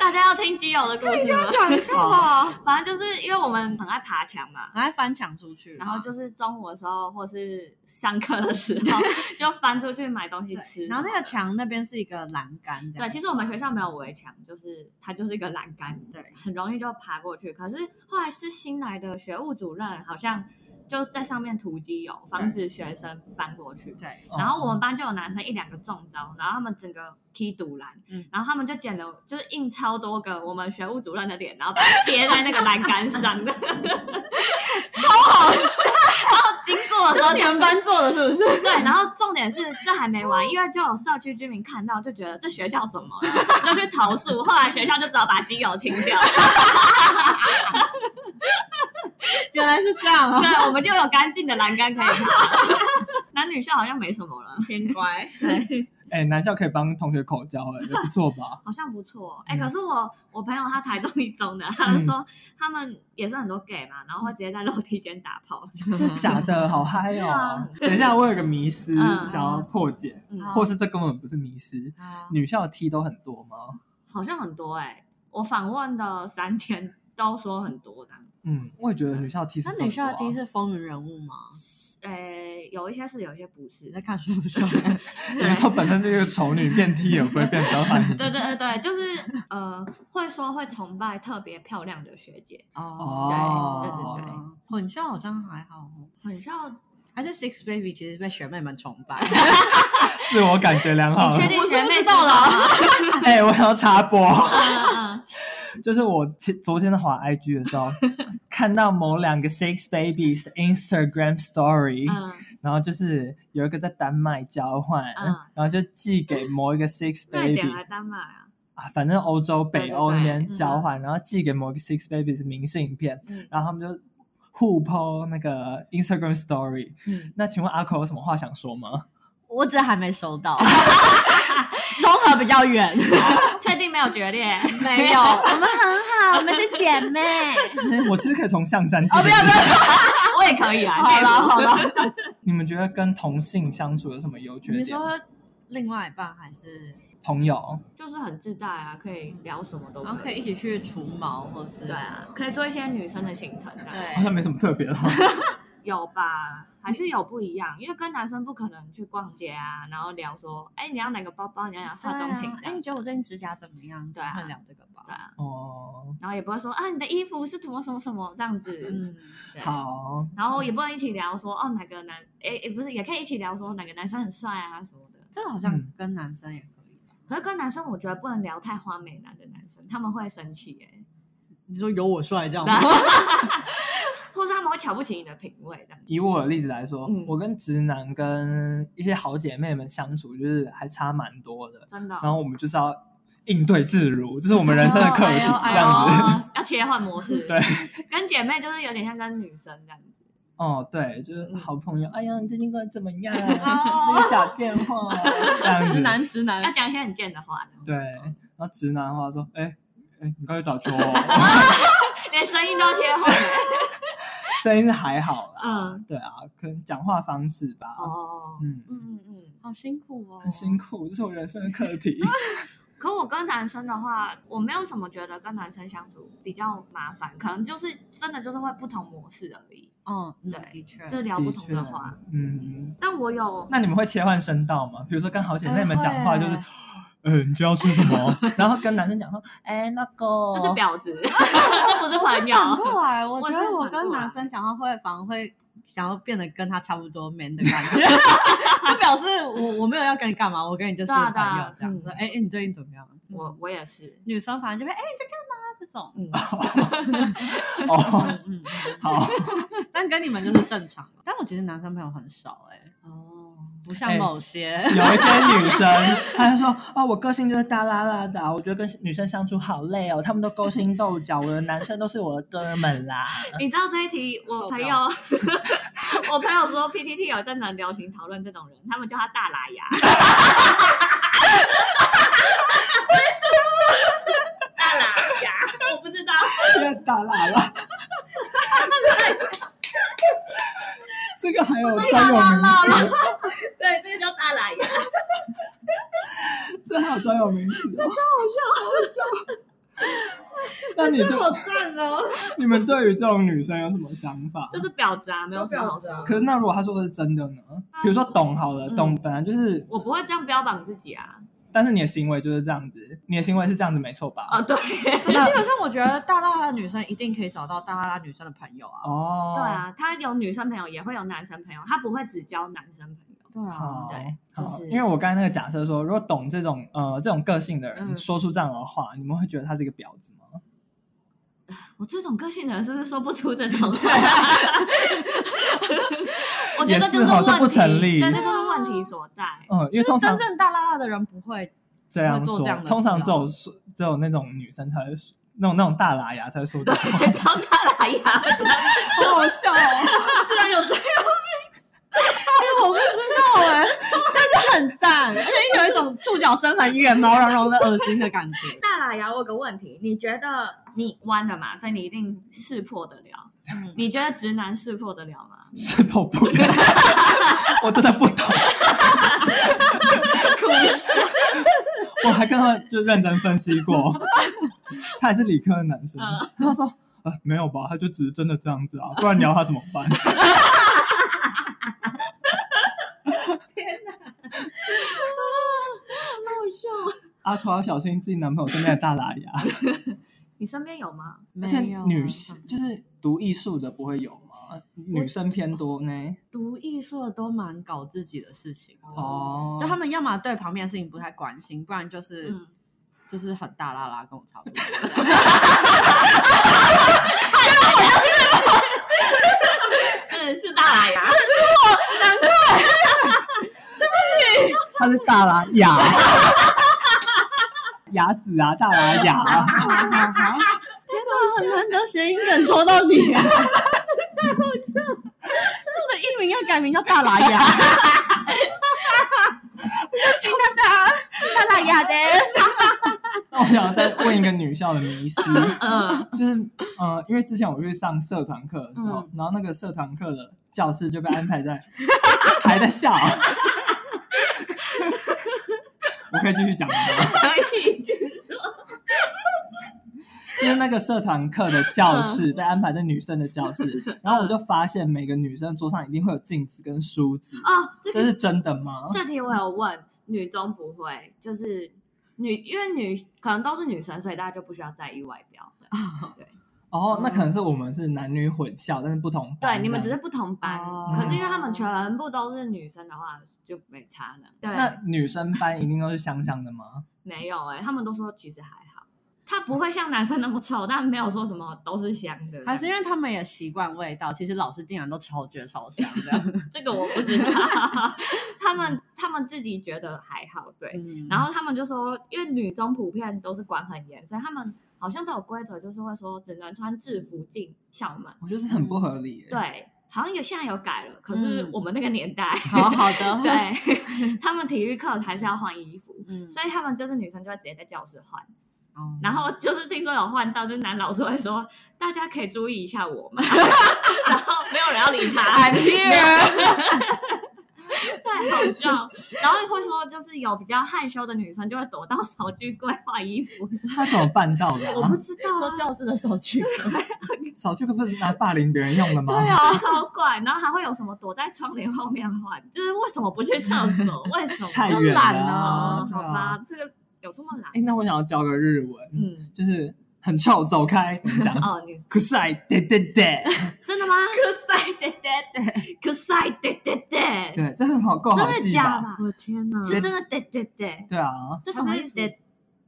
Speaker 3: 大家要听基友的故事吗？
Speaker 1: 讲一下吧，
Speaker 3: 反正就是因为我们很爱爬墙嘛，
Speaker 1: 还翻墙出去，
Speaker 3: 然后就是中午的时候或是上课的时 候就翻出去买东西吃。
Speaker 1: 对，然后那个墙那边是一个栏杆，这
Speaker 3: 对，
Speaker 1: 样
Speaker 3: 其实我们学校没有围墙，就是它就是一个栏杆，
Speaker 1: 对，
Speaker 3: 很容易就爬过去。可是后来是新来的学务主任，好像就在上面涂机油，防止学生翻过去。
Speaker 1: 对，
Speaker 2: 哦，
Speaker 3: 然后我们班就有男生一两个中招，然后他们整个踢独篮，
Speaker 1: 嗯
Speaker 3: 然后他们就剪了，就是印超多个我们学务主任的脸，然后把它贴在那个栏杆上的，超好笑。然后经过的时候就，
Speaker 1: 们班做的是不 是？
Speaker 3: 对，然后重点是这还没完，因为就有社区居民看到，就觉得这学校怎么了，就去投诉，后来学校就只好把基友清掉。
Speaker 1: 原来是这样 啊，
Speaker 3: 对，我们就有干净的栏杆可以爬。 男女校好像没什么了，
Speaker 1: 偏 乖，
Speaker 2: 哎、男校可以帮同学口交、哎，不错吧？
Speaker 3: 好像不错。哎、
Speaker 2: 嗯
Speaker 3: 可是我我朋友他台中一中 的，他就
Speaker 1: 嗯
Speaker 3: 说他们也是很多 gay 嘛，然后会直接在楼梯间打炮。
Speaker 2: 假的，好嗨
Speaker 3: 对啊
Speaker 2: 哦！ 等一下，我有个迷思
Speaker 3: 嗯
Speaker 2: 想要破解，
Speaker 3: 嗯，
Speaker 1: 好
Speaker 2: 或是这根本不是迷思。女校的 T 都很多吗？
Speaker 3: 好像很多哎、我访问的三天都说很多的，
Speaker 2: 嗯，我也觉得女校的 T 是、
Speaker 1: 那
Speaker 2: 很
Speaker 1: 女校的
Speaker 2: 多啊
Speaker 1: T 是风云人物吗？
Speaker 3: 呃、有一些是，有一些不是
Speaker 1: 你。在看帅不啊帅？
Speaker 2: 有时候本身就是个丑女，变 T 也不会变得欢迎。
Speaker 3: 对对对对，就是 呃，会说会崇拜特别漂亮的学姐，
Speaker 2: 哦
Speaker 3: 对对对对
Speaker 1: 混校好像还好哦，
Speaker 3: 很像。
Speaker 1: 还是 Six Baby 其实被学妹们崇拜，
Speaker 2: 自我感觉良好
Speaker 3: 你。确定
Speaker 1: 哦我是
Speaker 3: 学
Speaker 1: 不
Speaker 3: 妹
Speaker 1: 知道啦
Speaker 3: 知道吗？
Speaker 2: 哎、我要插 播，
Speaker 3: 嗯嗯
Speaker 2: 就是我前昨天滑 IG 的时 候，看到某两个 Six Babies 的 Instagram Story，、
Speaker 3: 嗯
Speaker 2: 然后就是有一个在丹麦交换，
Speaker 3: 嗯
Speaker 2: 然后就寄给某一个 Six
Speaker 3: 瑞
Speaker 2: Baby
Speaker 3: 典还丹麦啊？
Speaker 2: 啊，反正欧洲北欧
Speaker 3: 对对对
Speaker 2: 那边交换，然后寄给某一个 Six Babies 明信片，
Speaker 3: 嗯
Speaker 2: 然后他们就互 po 那个 Instagram Story。
Speaker 3: 嗯，
Speaker 2: 那请问阿口有什么话想说吗？
Speaker 1: 我只还没收 到，综合比较远，
Speaker 3: 确定没有决裂？
Speaker 1: 没有，我们很好，我们是姐妹。
Speaker 2: 我其实可以从象山寄
Speaker 1: 哦，不要不要，
Speaker 3: 我也可以啊。
Speaker 1: 好了好了，
Speaker 2: 你们觉得跟同性相处有什么优缺
Speaker 1: 你
Speaker 2: 点？
Speaker 1: 说另外一半还是，
Speaker 2: 朋友，
Speaker 3: 就是很自在啊，可以聊什么都
Speaker 1: 然后可以一起去除毛，或是
Speaker 3: 对啊，可以做一些女生的行程啊，
Speaker 1: 对
Speaker 2: 好像没什么特 别的。
Speaker 3: 有吧？还是有不一样，因为跟男生不可能去逛街啊，然后聊说，哎，你要哪个包包，你要哪个化妆品
Speaker 1: 对啊
Speaker 3: 这
Speaker 1: 哎，
Speaker 3: 样
Speaker 1: 你觉得我最近指甲怎么样？
Speaker 3: 对啊
Speaker 1: 会聊这个吧。
Speaker 3: 对啊，
Speaker 2: 哦，
Speaker 3: 然后也不会说啊，你的衣服是什么什么什么这样子，
Speaker 1: 嗯，
Speaker 3: 对，
Speaker 2: 好，
Speaker 3: 然后也不能一起聊说哦哪个男，哎哎不是，也可以一起聊说哪个男生很帅啊什么的。
Speaker 1: 这个好像
Speaker 2: 嗯
Speaker 1: 跟男生也可以吧。
Speaker 3: 可是跟男生，我觉得不能聊太花美男的男生，他们会生气哎、
Speaker 1: 你说有我帅这样
Speaker 3: 然后或是他们会瞧不起你的品味这样。
Speaker 2: 以我的例子来说，
Speaker 3: 嗯
Speaker 2: 我跟直男跟一些好姐妹们相处，就是还差蛮多的。
Speaker 3: 真的哦，
Speaker 2: 然后我们就是要应对自如，这是我们人生的课题，
Speaker 1: 哎呦哎
Speaker 2: 这
Speaker 1: 呦
Speaker 2: 样子。
Speaker 3: 哦， 要切换模式。
Speaker 2: 对，
Speaker 3: 跟姐妹就是有点像跟女生这样子。
Speaker 2: 哦，对，就是好朋友。哎呀，你最近过得怎么样？
Speaker 1: 哦
Speaker 2: 那个小贱货，这样子。
Speaker 1: 直男直
Speaker 3: 要
Speaker 1: 男，
Speaker 3: 讲一些很贱的话的，
Speaker 2: 呃对，然后直男的话说，哎哎，你快去打球哦。
Speaker 3: 连声音都切换了。
Speaker 2: 声音是还好啦，
Speaker 3: 嗯
Speaker 2: 对啊，可能讲话方式吧。
Speaker 3: 哦，
Speaker 2: 嗯，
Speaker 3: 嗯嗯嗯。
Speaker 1: 好辛苦哦，
Speaker 2: 很辛苦，这是我人生的课题。
Speaker 3: 可我跟男生的话，我没有什么觉得跟男生相处比较麻烦，可能就是真的就是会不同模式而已，
Speaker 1: 嗯，嗯
Speaker 3: 对
Speaker 1: 的确，
Speaker 3: 就是聊不同的话。
Speaker 2: 嗯，
Speaker 3: 但我有
Speaker 2: 那你们会切换声道吗？比如说跟好姐妹们讲话，
Speaker 1: 哎
Speaker 2: 就是
Speaker 1: 会，
Speaker 2: 嗯、你就要吃什么？ 然后跟男生讲说，哎、那个，
Speaker 3: 就是婊子， 这不是 朋友。
Speaker 1: 反过来，我
Speaker 3: 我
Speaker 1: 觉
Speaker 3: 是
Speaker 1: 得我
Speaker 3: 反过
Speaker 1: 跟
Speaker 3: 来
Speaker 1: 男生讲话会反而会想要变得跟他差不多 man 的感觉，就表示我我没有要跟你干嘛，我跟你就是
Speaker 3: 对
Speaker 1: 朋
Speaker 3: 啊
Speaker 1: 友
Speaker 3: 对啊
Speaker 1: 这样
Speaker 3: 嗯
Speaker 1: 说。哎、哎，你最近怎么样？
Speaker 3: 我我也是，
Speaker 1: 女生反而就会哎、你在干嘛这种，
Speaker 3: 嗯，
Speaker 2: 哦，
Speaker 1: 嗯嗯嗯，
Speaker 2: 好，
Speaker 1: 但跟你们就是正常的。但我其实男生朋友很少哎、
Speaker 3: 哦，
Speaker 1: 不像
Speaker 2: 哎
Speaker 1: 某些。
Speaker 2: 有一些女生，她就说啊，我个性就是大拉拉的啊，我觉得跟女生相处好累哦，他们都勾心斗角，我的男生都是我的哥们啦。
Speaker 3: 你知道这一题，我
Speaker 1: 受
Speaker 3: 朋
Speaker 1: 不
Speaker 3: 友
Speaker 1: 了，
Speaker 3: 我朋友说 PTT 有一阵子很流行讨论这种人，他们叫他大喇牙。大喇牙，我不知道，
Speaker 2: 大拉拉，这个还有专有名词，
Speaker 3: 对，这个叫大喇牙。
Speaker 2: 这还有专有名词哦，好笑，好笑。 那你对
Speaker 1: 赞哦！
Speaker 2: 你们对于这种女生有什么想法？
Speaker 3: 就是婊子啊，没有什么
Speaker 4: 都婊
Speaker 3: 好说
Speaker 4: 子啊
Speaker 3: 的。
Speaker 2: 可是那如果她说的是真的呢？比如说懂好了，
Speaker 3: 嗯
Speaker 2: 懂本来就是，
Speaker 3: 我不会这样标榜自己啊。
Speaker 2: 但是你的行为就是这样子，你的行为是这样子没错吧？
Speaker 3: 哦，对，对
Speaker 1: 可是基本上，我觉得大大的女生一定可以找到大大的女生的朋友啊。
Speaker 2: 哦，，
Speaker 3: 啊，他有女生朋友，也会有男生朋友，他不会只交男生朋友。
Speaker 1: 对啊，
Speaker 2: 好，
Speaker 3: 对
Speaker 2: 好
Speaker 3: 就是
Speaker 2: 因为我刚才那个假设说，如果懂这种呃这种个性的人
Speaker 3: 嗯
Speaker 2: 说出这样的话，你们会觉得他是一个婊子吗？
Speaker 3: 我这种个性的人是不是说不出这种话？ 我觉
Speaker 2: 啊也
Speaker 3: 得就是
Speaker 2: 是哈
Speaker 3: 问题
Speaker 2: 这不成立
Speaker 3: 对，这就是问题所在。
Speaker 2: 嗯，因为通
Speaker 1: 就是
Speaker 2: 常
Speaker 1: 真正大拉拉的人不会哎
Speaker 2: 这样
Speaker 1: 会做
Speaker 2: 说，
Speaker 1: 这样的事
Speaker 2: 通常
Speaker 1: 啊
Speaker 2: 只有说只有那种女生才会说，那种那种大喇牙才会说这种 话，
Speaker 3: 张大来 呀，
Speaker 2: 好好笑哦。
Speaker 1: 竟然有 这样，我不知道哎、 但是很赞，而且有一种触角伸很远、毛茸茸的恶心的感觉。
Speaker 3: 大来呀！我有个问题，你觉得你弯了嘛？所以你一定识破得了。
Speaker 1: 嗯，
Speaker 3: 你觉得直男识破得了吗？
Speaker 2: 是否不了？ 我真的不懂。我还跟他们就认真分析过，他也是理科的男生，
Speaker 3: 嗯
Speaker 2: 他说呃没有吧，他就只是真的这样子啊，不然你要他怎么 办？
Speaker 3: 啊好笑。
Speaker 2: 阿口要小心自己男朋友身边的大喇 牙，
Speaker 3: 你身边有吗？
Speaker 2: 而且
Speaker 1: 没有啊
Speaker 2: 女就是读艺术的不会有吗？女生偏多呢。
Speaker 1: 读艺术的都蛮搞自己的事情，
Speaker 2: 哦，
Speaker 1: 就他们要么对旁边的事情不太关心，不然就是、
Speaker 3: 嗯，
Speaker 1: 就是很大拉拉，跟我差不 多。
Speaker 3: 嗯是是大来呀，
Speaker 2: 他是大喇牙， 牙子啊，大喇牙啊。
Speaker 1: 很难得谐音梗戳到你、 啊，我的艺名要改名叫大拉 牙。新的啥？啊大拉牙的。
Speaker 2: 那我想再问一个女校的迷 思，
Speaker 3: 嗯，
Speaker 2: 就是呃，因为之前我去上社团课的时候，
Speaker 1: 嗯
Speaker 2: 然后那个社团课的教室就被安排在还在笑，我可以继续讲吗？
Speaker 3: 可以去做。
Speaker 2: 就是那个社团课的教室被安排在女生的教室，然后我就发现每个女生桌上一定会有镜子跟梳子，
Speaker 3: 哦，这
Speaker 2: 这
Speaker 3: 个
Speaker 2: 是真的吗？
Speaker 3: 这题我有问，女中不会，就是女，因为女可能都是女生，所以大家就不需要在意外表。对
Speaker 2: 哦，那可能是我们是男女混校，但是不同班
Speaker 3: 嗯对，你们只
Speaker 2: 这
Speaker 3: 是
Speaker 2: 样
Speaker 3: 不同班，
Speaker 1: 哦
Speaker 3: 可是因为他们全部都是女生的话，就没差呢。对，
Speaker 2: 那女生班一定都是香香的吗？
Speaker 3: 没有哎、他们都说其实还好，他不会像男生那么臭，但没有说什么都是香的。
Speaker 1: 还是因为他们也习惯味道，其实老师竟然都超觉得超香 的。
Speaker 3: 这个我不知道， 他们他们自己觉得还好，对。
Speaker 1: 嗯
Speaker 3: 然后他们就说，因为女中普遍都是管很严，所以他们好像都有规则，就是会说只能穿制服进校
Speaker 1: 嗯
Speaker 3: 门。
Speaker 2: 我觉得这很不合理耶。
Speaker 3: 嗯对，好像有现在有改了，可是
Speaker 1: 嗯哦
Speaker 3: 我们那个年代，
Speaker 1: 好好的，，
Speaker 3: 对他们体育课还是要换衣服，
Speaker 1: 嗯，
Speaker 3: 所以他们就是女生就会直接在教室换，
Speaker 1: 哦
Speaker 3: 然后就是听说有换到，就是男老师会说大家可以注意一下 我们，然后没有人要理他。
Speaker 1: I'm here，
Speaker 3: 对，很好笑。然后会说，就是有比较害羞的女生就会躲到手具柜换 衣服，
Speaker 2: 他怎么办到的、
Speaker 1: 我
Speaker 2: 啊
Speaker 1: 不？知道、啊，教室的手 去。
Speaker 2: 少去个不是拿霸凌别人用的吗？
Speaker 1: 对啊，
Speaker 3: 超怪。然后还会有什么躲在窗帘后面换，就是为什么不去厕所？为什么？
Speaker 2: 太
Speaker 1: 就
Speaker 2: 远了
Speaker 1: 懒
Speaker 2: 啊，
Speaker 1: 啊
Speaker 2: 对
Speaker 3: 好
Speaker 2: 啊。
Speaker 3: 吧，这个有这么懒？
Speaker 2: 哎，那我想要教个日文，
Speaker 3: 嗯，
Speaker 2: 就是很臭，走开，怎么讲？
Speaker 3: 哦，你
Speaker 2: 可是哎，对对对，
Speaker 3: 真的吗？可塞得得得，可塞得得得，
Speaker 2: 对，这很好，够好
Speaker 3: 真的
Speaker 2: 记吧？
Speaker 3: 假
Speaker 2: 嗯
Speaker 3: 吧？
Speaker 1: 我的天哪！
Speaker 3: 是真的得得得，
Speaker 2: 对啊，
Speaker 3: 这什么意思？得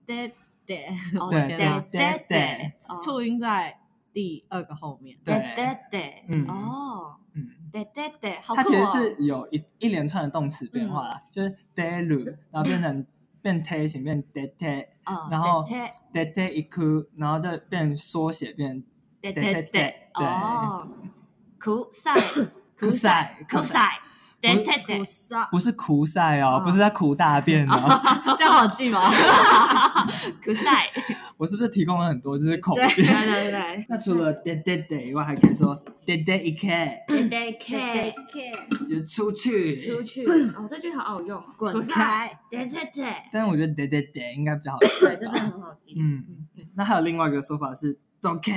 Speaker 3: 得得，哦
Speaker 2: 对
Speaker 3: 得
Speaker 2: 对
Speaker 1: 天
Speaker 2: 对
Speaker 3: 得
Speaker 2: 对
Speaker 3: 得，，
Speaker 1: 促音在第二个后面。
Speaker 3: 得
Speaker 2: 对，
Speaker 3: 得得，
Speaker 2: 嗯
Speaker 3: 哦，
Speaker 2: 嗯。
Speaker 3: 得得得，好
Speaker 2: 它
Speaker 3: 酷哦。嗯
Speaker 2: 其实是有一一连串的动词变化啦，就是 delu，然后变成 变 t 型变 d t
Speaker 3: 嗯，
Speaker 2: 然后
Speaker 3: 得
Speaker 2: d t iku，然后就变缩写变
Speaker 3: 得
Speaker 2: 得
Speaker 3: 得
Speaker 2: 得
Speaker 3: 得
Speaker 2: 得
Speaker 3: 得，哦，苦塞
Speaker 2: 苦塞
Speaker 3: 苦塞，得得得，
Speaker 2: 不是苦塞哦，
Speaker 3: 哦
Speaker 2: 不是在苦大便
Speaker 3: 啊
Speaker 2: 哦。
Speaker 1: 这样好记吗？
Speaker 3: 苦塞，
Speaker 2: 我是不是提供了很多就是口
Speaker 3: 对
Speaker 2: 诀？
Speaker 3: 对对，
Speaker 2: 那除了 d d d 以外，还可以说 d d i k，
Speaker 3: 得得 K。
Speaker 2: 就是出去。
Speaker 3: 出去。哦，这句好好用哦，
Speaker 1: 滚开！
Speaker 3: 对对对，
Speaker 2: 但是我觉得 d d d 应该比较好
Speaker 3: 对，
Speaker 2: 记
Speaker 3: 这真的
Speaker 2: 吧。
Speaker 3: 很好记。
Speaker 2: 嗯，那还有另外一个说法是 d o k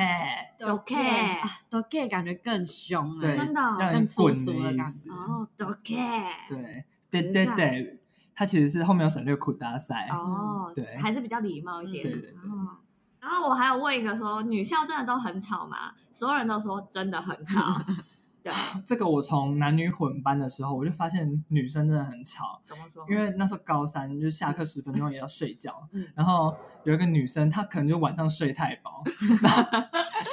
Speaker 3: 都 care 啊
Speaker 1: 都 gay 感觉更凶啊
Speaker 2: 对，
Speaker 3: 真的哦
Speaker 2: 让人
Speaker 1: 更粗
Speaker 2: 滚
Speaker 1: 俗的
Speaker 2: 意
Speaker 1: 感
Speaker 2: 思。
Speaker 3: 哦，都 care。
Speaker 2: 对，对
Speaker 3: 时
Speaker 2: 对
Speaker 3: 尚
Speaker 2: 对，它其实是后面有省略苦大赛。
Speaker 3: 哦
Speaker 2: 嗯对，
Speaker 3: 还是比较礼貌一点。
Speaker 2: 对对对
Speaker 3: 哦然后我还有问一个说，女校真的都很吵吗？所有人都说真的很 吵。对，
Speaker 2: 这个我从男女混班的时候，我就发现女生真的很吵，
Speaker 3: 怎么说？
Speaker 2: 因为那时候高三就是下课十分钟也要睡觉，
Speaker 3: 哦嗯
Speaker 2: 然后有一个女生她可能就晚上睡太 饱，然后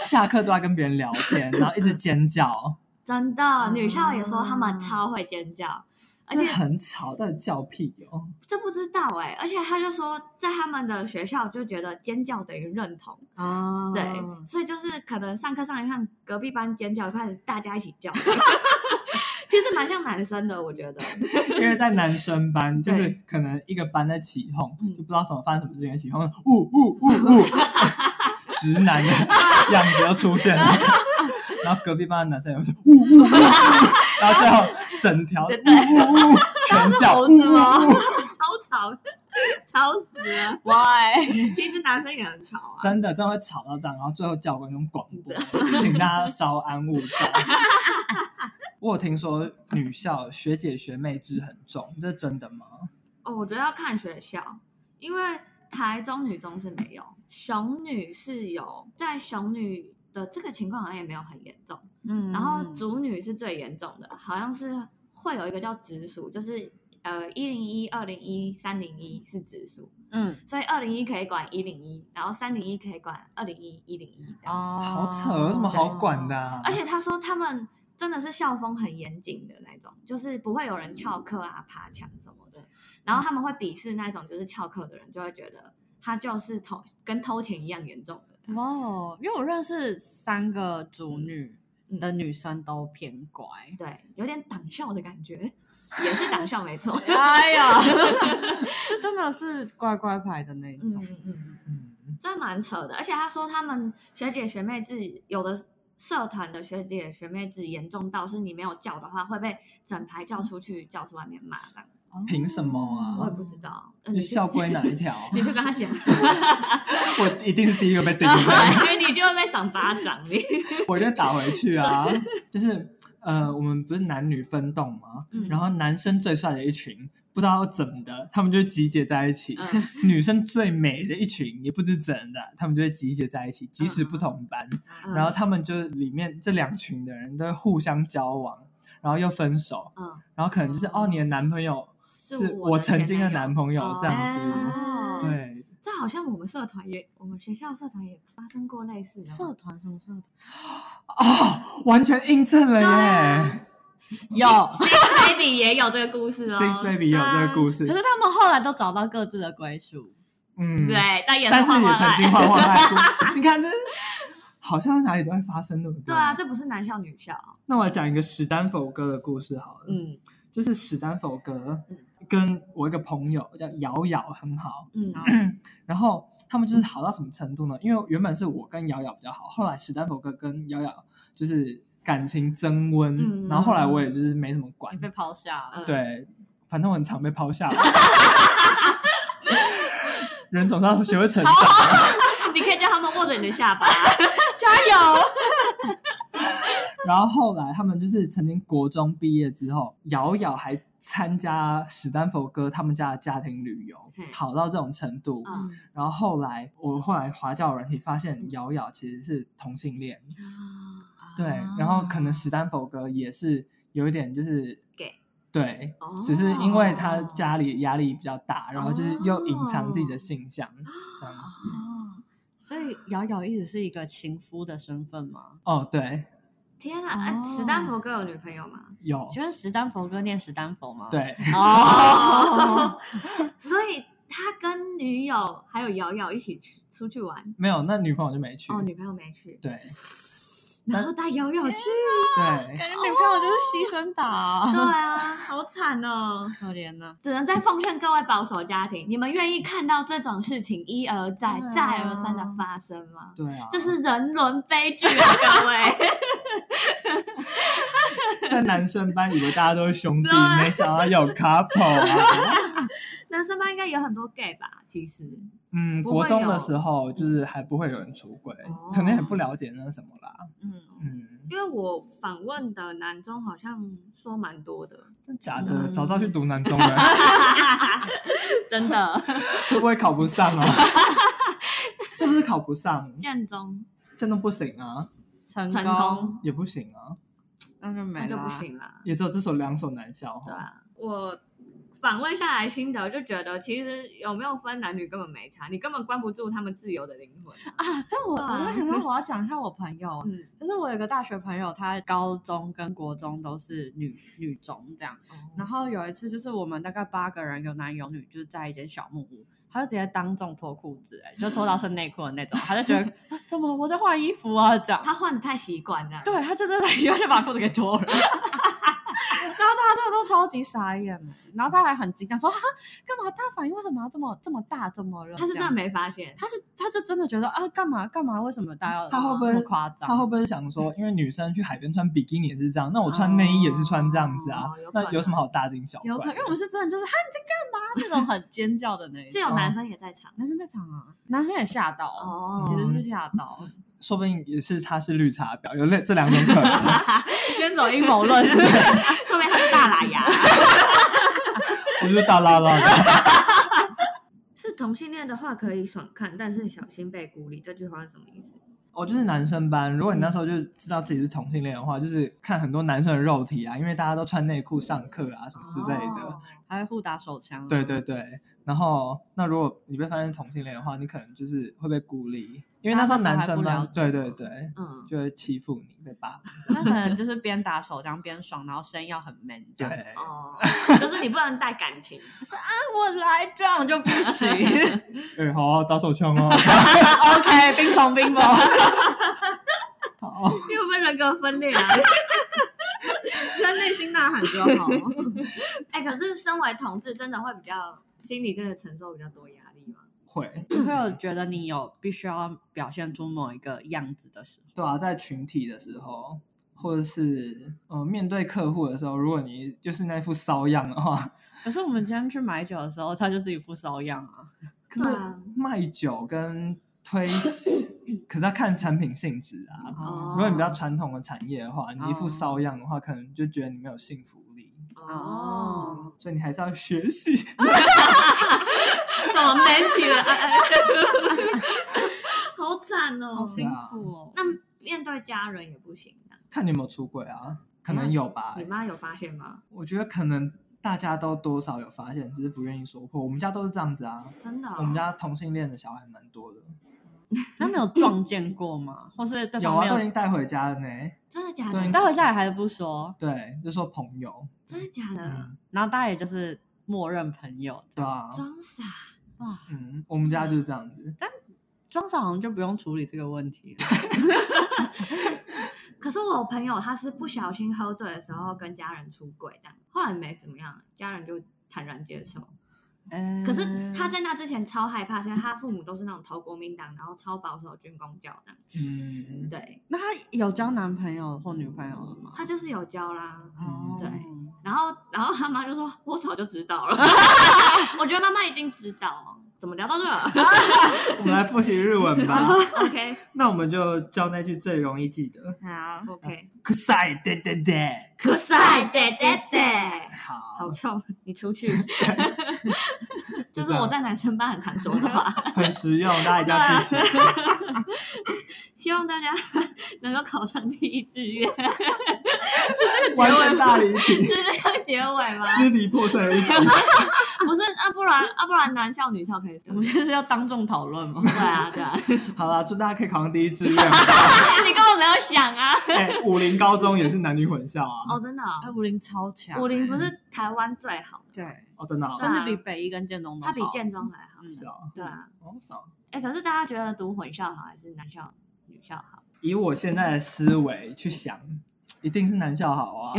Speaker 2: 下课都在跟别人聊天，然后一直尖叫，
Speaker 3: 真的，女校也说他们超会尖叫， 而
Speaker 2: 真
Speaker 3: 且
Speaker 2: 的很吵，到底叫屁哦！
Speaker 3: 这不知道哎，而且他就说在他们的学校就觉得尖叫等于认同，
Speaker 1: 啊，
Speaker 3: 对，所以就是可能上课上一上，隔壁班尖叫，开始大家一起叫， 其实蛮像男生的，我觉得。
Speaker 2: 因为在男生班，就是
Speaker 3: 对
Speaker 2: 可能一个班在起哄，
Speaker 3: 嗯
Speaker 2: 就不知道什么发生什么事情起哄，呜呜呜 呜，直男的样子又出现了。然后隔壁班的男生也会说呜呜呜，呜然后最后整条呜呜呜全校
Speaker 1: 猴
Speaker 2: 呜
Speaker 1: 子
Speaker 2: 呜
Speaker 1: 吗
Speaker 2: 呜，
Speaker 3: 超吵，吵死了。
Speaker 1: ？Why？
Speaker 3: 其实男生也很吵啊，
Speaker 2: 真的真的会吵到这样，然后最后教官用广播， 请大家稍安勿躁。 我有听说女校学姐学妹制很重，这是真的吗？
Speaker 3: 哦，我觉得要看学校，因为台中女中是没有，雄女是有，在雄女的这个情况好像也没有很严重，
Speaker 1: 嗯
Speaker 3: 然后主女是最严重的，好像是会有一个叫直属，就是呃一零一、二零一、三零一是直属，
Speaker 1: 嗯
Speaker 3: 所以二零一可以管一零一，然后三零一可以管二零一、一零一这样。
Speaker 1: 哦
Speaker 2: 好扯，有什么好管的、？啊？
Speaker 3: 而且他说他们真的是校风很严谨的那种，就是不会有人翘课啊、爬墙什么的。然后他们会鄙视那种就是翘课的人，就会觉得他就是偷跟偷钱一样严重的。
Speaker 1: 哇哦，因为我认识三个主女的女生都偏乖。
Speaker 3: 对，有点党校的感觉，也是党校没错。
Speaker 1: 哎呀，是真的是乖乖牌的那一
Speaker 3: 嗯
Speaker 1: 种。
Speaker 3: 嗯嗯，
Speaker 2: 嗯，
Speaker 3: 真的蛮扯的。而且他说他们学姐学妹制有的。社团的学姐学妹制严重到是你没有叫的话会被整排叫出去教室外面骂这样，
Speaker 1: 哦
Speaker 2: 凭什么啊
Speaker 3: 我也不知道。呃
Speaker 2: 你
Speaker 3: 你去
Speaker 2: 校规哪一条？
Speaker 3: 你去跟他讲，
Speaker 2: 我一定是第一个被顶
Speaker 3: 然 后
Speaker 2: 的，
Speaker 3: 你就会被赏巴掌， 你
Speaker 2: 我就打回去啊。就是呃，我们不是男女分栋吗？
Speaker 3: 嗯
Speaker 2: 然后男生最帅的一群，不知道怎么的，他们就集结在一起；
Speaker 3: 嗯
Speaker 2: 女生最美的一群，也不知怎的，他们就会集结在一起，即使不同班。
Speaker 3: 嗯
Speaker 2: 然后他们就是里面这两群的人都会互相交往，然后又分手，
Speaker 3: 嗯，
Speaker 2: 然后可能就是哦，你的男朋友是我
Speaker 3: 我
Speaker 2: 曾经的
Speaker 3: 的
Speaker 2: 男朋友这样子，
Speaker 3: 哦
Speaker 1: 哎
Speaker 2: 对。
Speaker 3: 这好像我们社团也，我们学校社团也发生过类似的
Speaker 1: 社
Speaker 3: 嘛。
Speaker 1: 团什么社团？
Speaker 2: 哦，完全印证了
Speaker 3: 对
Speaker 2: 耶
Speaker 3: 啊
Speaker 1: 有，
Speaker 3: Six Baby 也有这个故事哦
Speaker 2: ！Six Baby 有这个故事
Speaker 3: 事，
Speaker 1: 可，是他们后来都找到各自的归属。
Speaker 2: 嗯，
Speaker 3: 对，啊但也
Speaker 2: 但是
Speaker 3: 画
Speaker 2: 也
Speaker 3: 画
Speaker 2: 曾
Speaker 3: 爱
Speaker 2: 经画画爱过。你看这好像在哪里都会发生，对不对？
Speaker 3: 对啊，。这不是男校女校，
Speaker 2: 那我来讲一个史丹佛哥的故事好了，
Speaker 1: 嗯
Speaker 2: 就是史丹佛哥
Speaker 3: 嗯
Speaker 2: 跟我一个朋友叫瑶瑶很好，
Speaker 3: 嗯
Speaker 2: 然后他们就是好到什么程度呢？因为原本是我跟瑶瑶比较好，后来史丹佛哥跟瑶瑶就是感情增温，
Speaker 3: 嗯
Speaker 2: 然后后来我也就是没怎么管
Speaker 1: 你，被抛下了。
Speaker 3: 嗯
Speaker 2: 对，反正我很常被抛下。 人总是要学会成长，啊
Speaker 3: 你可以叫他们握着你的下巴，
Speaker 1: 加油！
Speaker 2: 然后后来他们就是曾经国中毕业之后，瑶瑶还参加史丹佛哥他们家的家庭旅游
Speaker 3: 嘿，
Speaker 2: 好到这种程度。
Speaker 3: 嗯
Speaker 2: 然后后来我后来华教软体发现，瑶瑶其实是同性恋，对，然后可能史丹佛哥也是有一点就是
Speaker 3: Gay
Speaker 2: 对，
Speaker 3: 哦
Speaker 2: 只是因为他家里压力比较大，然后就是又隐藏自己的
Speaker 3: 哦
Speaker 2: 性向，这样子。
Speaker 1: 哦，所以瑶瑶一直是一个情夫的身份吗？
Speaker 2: 哦，对，
Speaker 3: 天啊，哎
Speaker 1: 哦
Speaker 3: 史丹佛哥有女朋友吗？
Speaker 2: 有，
Speaker 1: 请问史丹佛哥念史丹佛吗？，
Speaker 2: 哦对，
Speaker 1: 哦，
Speaker 3: 所以他跟女友还有瑶瑶一起去出去玩，
Speaker 2: 没有，那女朋友就没去。
Speaker 3: 哦，女朋友没去，
Speaker 2: 对
Speaker 3: 然后带 瑶瑶去，
Speaker 2: 对，
Speaker 1: 感 觉女朋友就是牺牲
Speaker 3: 对
Speaker 1: 党，
Speaker 3: 啊，好惨哦。
Speaker 1: 可怜啊呐。
Speaker 3: 只能再奉劝各位保守家庭，你们愿意看到这种事情一而再、
Speaker 1: 对啊
Speaker 3: 再而三的发生吗？
Speaker 2: 对啊，
Speaker 3: 这是人伦悲剧啊，各位！
Speaker 2: 在男生班以为大家都是兄弟，
Speaker 3: 对啊
Speaker 2: 没想到有 couple 啊。
Speaker 3: 男生班应该有很多 gay 吧？其实
Speaker 2: 嗯，
Speaker 3: 不
Speaker 2: 国
Speaker 3: 会
Speaker 2: 中
Speaker 3: 有嗯
Speaker 2: 的时候就是还不会有人出轨
Speaker 3: 哦，
Speaker 2: 可能也不了解那是什么啦。
Speaker 1: 嗯，
Speaker 2: 嗯，
Speaker 3: 因为我访问的男中好像说蛮多的，
Speaker 2: 真假的，
Speaker 1: 嗯
Speaker 2: 早知道去 读男中了，
Speaker 3: 真的。
Speaker 2: 会不会考不上啊？是不是考不上？
Speaker 3: 建中
Speaker 2: 真的不行啊，
Speaker 1: 成
Speaker 3: 成
Speaker 1: 功
Speaker 3: 功
Speaker 2: 也不行啊，
Speaker 1: 那就没
Speaker 3: 那
Speaker 1: 了，
Speaker 3: 就不。行啦，
Speaker 2: 也只有这所两所男校。
Speaker 3: 对啊。我访问下来心得就觉得，其实有没有分男女根本没差，你根本关不住他们自由的灵魂啊、
Speaker 1: 但我
Speaker 3: 对啊
Speaker 1: 我就想说，我要讲一下我朋友，
Speaker 3: 嗯，
Speaker 1: 就是我有个大学朋友，她高中跟国中都是女女中这样。然后有一次就是我们大概八个人有男有女，就是在一间小木屋，她就直接当众脱裤子、哎，就脱到剩内裤的那种，她就觉得、 啊怎么我在换衣服啊这样。
Speaker 3: 他换的太习惯这样。
Speaker 1: 对，她就真的一下就把裤子给 脱了。然后大家真的都超级傻眼了，然后大家还很惊讶说：“哈，干嘛？大反应为什么要这么这么大？怎么了？”
Speaker 3: 他是
Speaker 1: 这
Speaker 3: 真的
Speaker 1: 样
Speaker 3: 没发现，
Speaker 1: 他是他就真的觉得啊，干嘛干嘛？为什么大家要
Speaker 2: 他会不
Speaker 1: 这
Speaker 2: 会
Speaker 1: 么夸张？
Speaker 2: 他会不会想说，因为女生去海边穿比基尼也是这样，那我穿内衣也是穿这样子啊
Speaker 3: 哦有？可能
Speaker 2: 那有什么好大惊小
Speaker 1: 有可
Speaker 2: 怪
Speaker 1: 能，因为我
Speaker 2: 的？
Speaker 1: 们是真的就是哈你在干嘛那种很尖叫的那一
Speaker 3: 是
Speaker 1: 种。
Speaker 3: 有男生也在场
Speaker 1: 男生在场啊，男生也吓到，
Speaker 3: 哦
Speaker 1: 其实是吓到。
Speaker 2: 说不定也是他是绿茶婊，有类这两种可能。
Speaker 1: 今天走阴谋论，对
Speaker 3: 后面他是大喇牙。
Speaker 2: 我就是大拉拉的。
Speaker 3: 是同性恋的话可以爽看，但是小心被孤立。这句话是什么意思？
Speaker 2: 我就是男生班，如果你那时候就知道自己是同性恋的话，就是看很多男生的肉体啊，因为大家都穿内裤上课啊什么之类的。
Speaker 3: 哦
Speaker 1: 还会互打手枪、
Speaker 2: 对，对对，然后那如果你被发现同性恋的话，你可能就是会被孤立，因为那时候男生
Speaker 1: 大家那时候还
Speaker 2: 班，
Speaker 1: 不
Speaker 2: 对对对，
Speaker 3: 嗯，
Speaker 2: 就会欺负你，被霸凌。
Speaker 1: 那可能就是边打手枪边爽，然后声音要很 man 这样。
Speaker 2: 对，
Speaker 3: 哦，就是你不能带感 情，
Speaker 1: 啊，我来这样就不行。
Speaker 2: 哎，好啊，打手 枪哦。
Speaker 1: OK，冰桶冰桶，
Speaker 2: 好，
Speaker 3: 你会不会人格分 裂啊？
Speaker 1: 在内心呐喊就好。
Speaker 3: 哎、可是身为同志，真的会比较心里真的承受比较多压力吗？
Speaker 2: 会，
Speaker 1: 你会有觉得你有必须要表现出某一个样子的时候，
Speaker 2: 对啊，在群体的时候，或者是呃面对客户的时候，如果你就是那副骚样的话，
Speaker 1: 可是我们今天去买酒的时候，他就是一副骚样啊。
Speaker 2: 可
Speaker 3: 对
Speaker 2: 是
Speaker 3: 啊
Speaker 2: 卖酒跟推，可是要看产品性质啊。
Speaker 1: 哦
Speaker 2: 如果你比较传统的产业的话，你一
Speaker 1: 哦
Speaker 2: 副骚样的话，可能就觉得你没有幸福力，
Speaker 1: 哦，
Speaker 2: 所以你还是要学习。
Speaker 3: 怎么 man 起来？哎 好惨
Speaker 1: 好
Speaker 3: 哦！
Speaker 1: 辛苦哦。
Speaker 3: 那面对家人也不行的，
Speaker 2: 看你有没有出轨啊？可能有吧
Speaker 3: 你。妈有发现吗？
Speaker 2: 我觉得可能大家都多少有发现，只是不愿意说破。我们家都是这样子啊，
Speaker 3: 真的哦、
Speaker 2: 我们家同性恋的小孩蛮多的，
Speaker 1: 那没有撞见过 吗？或是对
Speaker 2: 有
Speaker 1: 方没
Speaker 2: 啊，
Speaker 1: 有？
Speaker 2: 都已经带回家了呢。
Speaker 3: 真的假
Speaker 2: 对
Speaker 3: 的？
Speaker 1: 待会下来还不说，
Speaker 2: 对，就说朋友，
Speaker 3: 真的假的？
Speaker 2: 嗯，
Speaker 1: 然后大家也就是默认朋友。
Speaker 2: 对啊，
Speaker 3: 装傻
Speaker 1: 哇，
Speaker 2: 嗯，我们家就是这样子。嗯
Speaker 1: 装傻好像就不用处理这个问题 了。
Speaker 3: 可是我朋友他是不小心喝醉的时候跟家人出轨，但后来没怎么样，家人就坦然接受。
Speaker 1: 嗯
Speaker 3: 可是他在那之前超害怕，是因为他父母都是那种投国民党，然后超保守军工教的。
Speaker 2: 嗯，
Speaker 3: 对，
Speaker 1: 那他有交男朋友或女朋友了吗？哦
Speaker 3: 他就是有交啦，
Speaker 2: 嗯
Speaker 1: 对
Speaker 3: 对。然后然后他妈就说：“我早就知道了。”我觉得妈妈一定知道。怎么聊到这了
Speaker 2: 我们来复习日文吧。
Speaker 3: ？OK，
Speaker 2: 那我们就教那句最容易记得。
Speaker 3: 好，OK。
Speaker 2: 可赛对对对，
Speaker 3: 可赛，对对对。
Speaker 2: 好
Speaker 3: 好，臭，你出去。就是我在男生班很常说的话，
Speaker 2: 很实用，大家一定要记起来。
Speaker 3: 希望大家 能够考上第一志愿，
Speaker 2: 完全大离
Speaker 3: 是
Speaker 2: 题，
Speaker 3: 这个结尾吗？
Speaker 2: 支离破碎的一集。
Speaker 3: 不是啊，不然啊，不然男校女校可以。
Speaker 1: 我们就是要当众讨论嘛。
Speaker 3: 啊对啊，对啊，
Speaker 2: 好啦，祝大家可以考上第一志愿。
Speaker 3: 你根本没有想啊。
Speaker 2: 哎，武林高中也是男女混校啊
Speaker 3: 哦，。真的哦，
Speaker 1: 哎，武林超强、
Speaker 3: 武林不
Speaker 1: 哎
Speaker 3: 是台湾最好的，
Speaker 1: 对，
Speaker 2: 哦，真的啊，
Speaker 3: 对
Speaker 1: 甚
Speaker 3: 啊
Speaker 1: 至比北一跟建中都
Speaker 3: 它
Speaker 1: 好。
Speaker 3: 比建中还好。
Speaker 1: 嗯
Speaker 2: 是啊，
Speaker 3: 对啊，
Speaker 2: 哦，是啊
Speaker 3: 哎，可是大家觉得读混校好还是男校女校好？
Speaker 2: 以我现在的思维去想，一定是男校好 啊。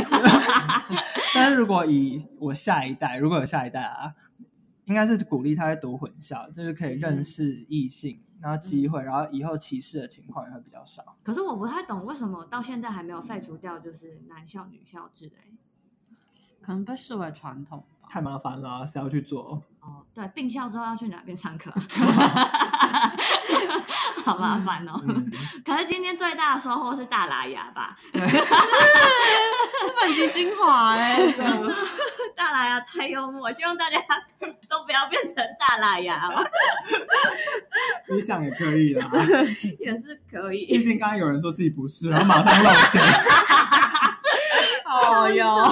Speaker 2: 但是如果以我下一代，如果有下一代啊，应该是鼓励他去读混校，就是可以认识异性，然后机会，然后以后歧视的情况也会比较少。
Speaker 3: 可是我不太懂为什么到现在还没有废除掉就是男校女校制哎。
Speaker 1: 可能被视为传统 吧。
Speaker 2: 太麻烦了啊，谁要去做？
Speaker 3: 哦，对，并校之后要去哪边上课？啊 好麻烦哦。
Speaker 2: 嗯，
Speaker 3: 可是今天最大的收获是大拉雅吧？
Speaker 1: 本集精华 哎、
Speaker 3: 大拉雅太幽默，希望大家都不要变成大拉雅哦，
Speaker 2: 你想也可以 啦。
Speaker 3: 也是可
Speaker 2: 毕
Speaker 3: 以。
Speaker 2: 竟刚刚有人说自己不是，然后马上露 馅。
Speaker 1: 哦哟，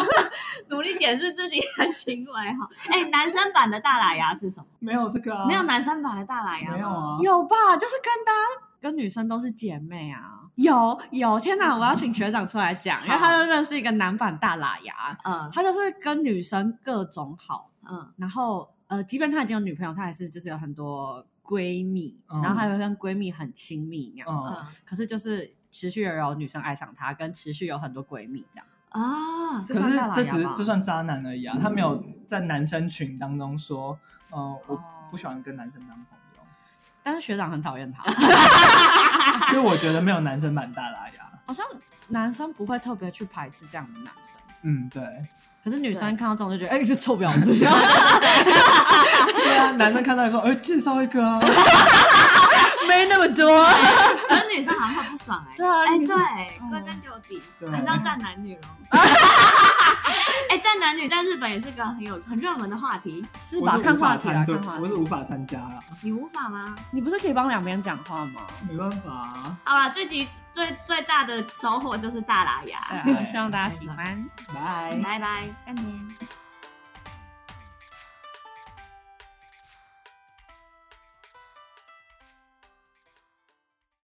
Speaker 3: 努力解释自己的行为哈。 哎，男生版的大拉雅是什么？
Speaker 2: 没有这个啊，
Speaker 3: 没有男生版的大拉雅吗
Speaker 2: 没有啊，
Speaker 1: 有吧？就是跟大家跟女生都是姐妹啊。有有，天哪！我要请学长出来讲，因为他就认识一个男版大喇牙，
Speaker 3: 嗯
Speaker 1: 他就是跟女生各种好，
Speaker 3: 嗯，
Speaker 1: 然后呃，即便他已经有女朋友，他还是就是有很多闺蜜，
Speaker 2: 嗯
Speaker 1: 然后还有跟闺蜜很亲密那样。
Speaker 2: 嗯，
Speaker 3: 嗯
Speaker 1: 可是就是持续有女生爱上他，跟持续有很多闺蜜这样。
Speaker 3: 啊，
Speaker 2: 可是这只
Speaker 1: 吧
Speaker 2: 这算渣男而已啊，他没有
Speaker 1: 嗯
Speaker 2: 在男生群当中说，呃，我不喜欢跟男生当朋 友，
Speaker 1: 但是学长很讨厌 他，
Speaker 2: 所以我觉得没有男生版大拉雅。
Speaker 1: 好像男生不会特别去排斥这样的男生，
Speaker 2: 嗯， 对，
Speaker 1: 可是女生
Speaker 3: 对
Speaker 1: 看到这种就觉得，哎、你是臭婊 子。
Speaker 2: 对啊，男生看到你说，哎、介绍一个 啊，
Speaker 1: 没那么多。
Speaker 3: 可是女生好像会不爽哎、
Speaker 1: 对啊
Speaker 3: 哎、
Speaker 1: 女生
Speaker 3: 对，归根究底
Speaker 2: 嗯对
Speaker 3: 还是要站男女 咯。哎、站男女在日本也是个很有很热门的话题，
Speaker 1: 是
Speaker 2: 我
Speaker 1: 吧？
Speaker 2: 是
Speaker 1: 看
Speaker 2: 无法
Speaker 1: 话题啊，
Speaker 2: 参对
Speaker 1: 看话，题。
Speaker 2: 我是无法参加啦，
Speaker 3: 你无法吗？
Speaker 1: 你不是可以帮两边讲话吗？
Speaker 2: 没办法、啊，
Speaker 3: 好啦，这集最最大的收获就是大喇牙，
Speaker 1: 嗯 对啊，希望大家喜欢。
Speaker 2: 拜。
Speaker 3: 哎拜拜，再见。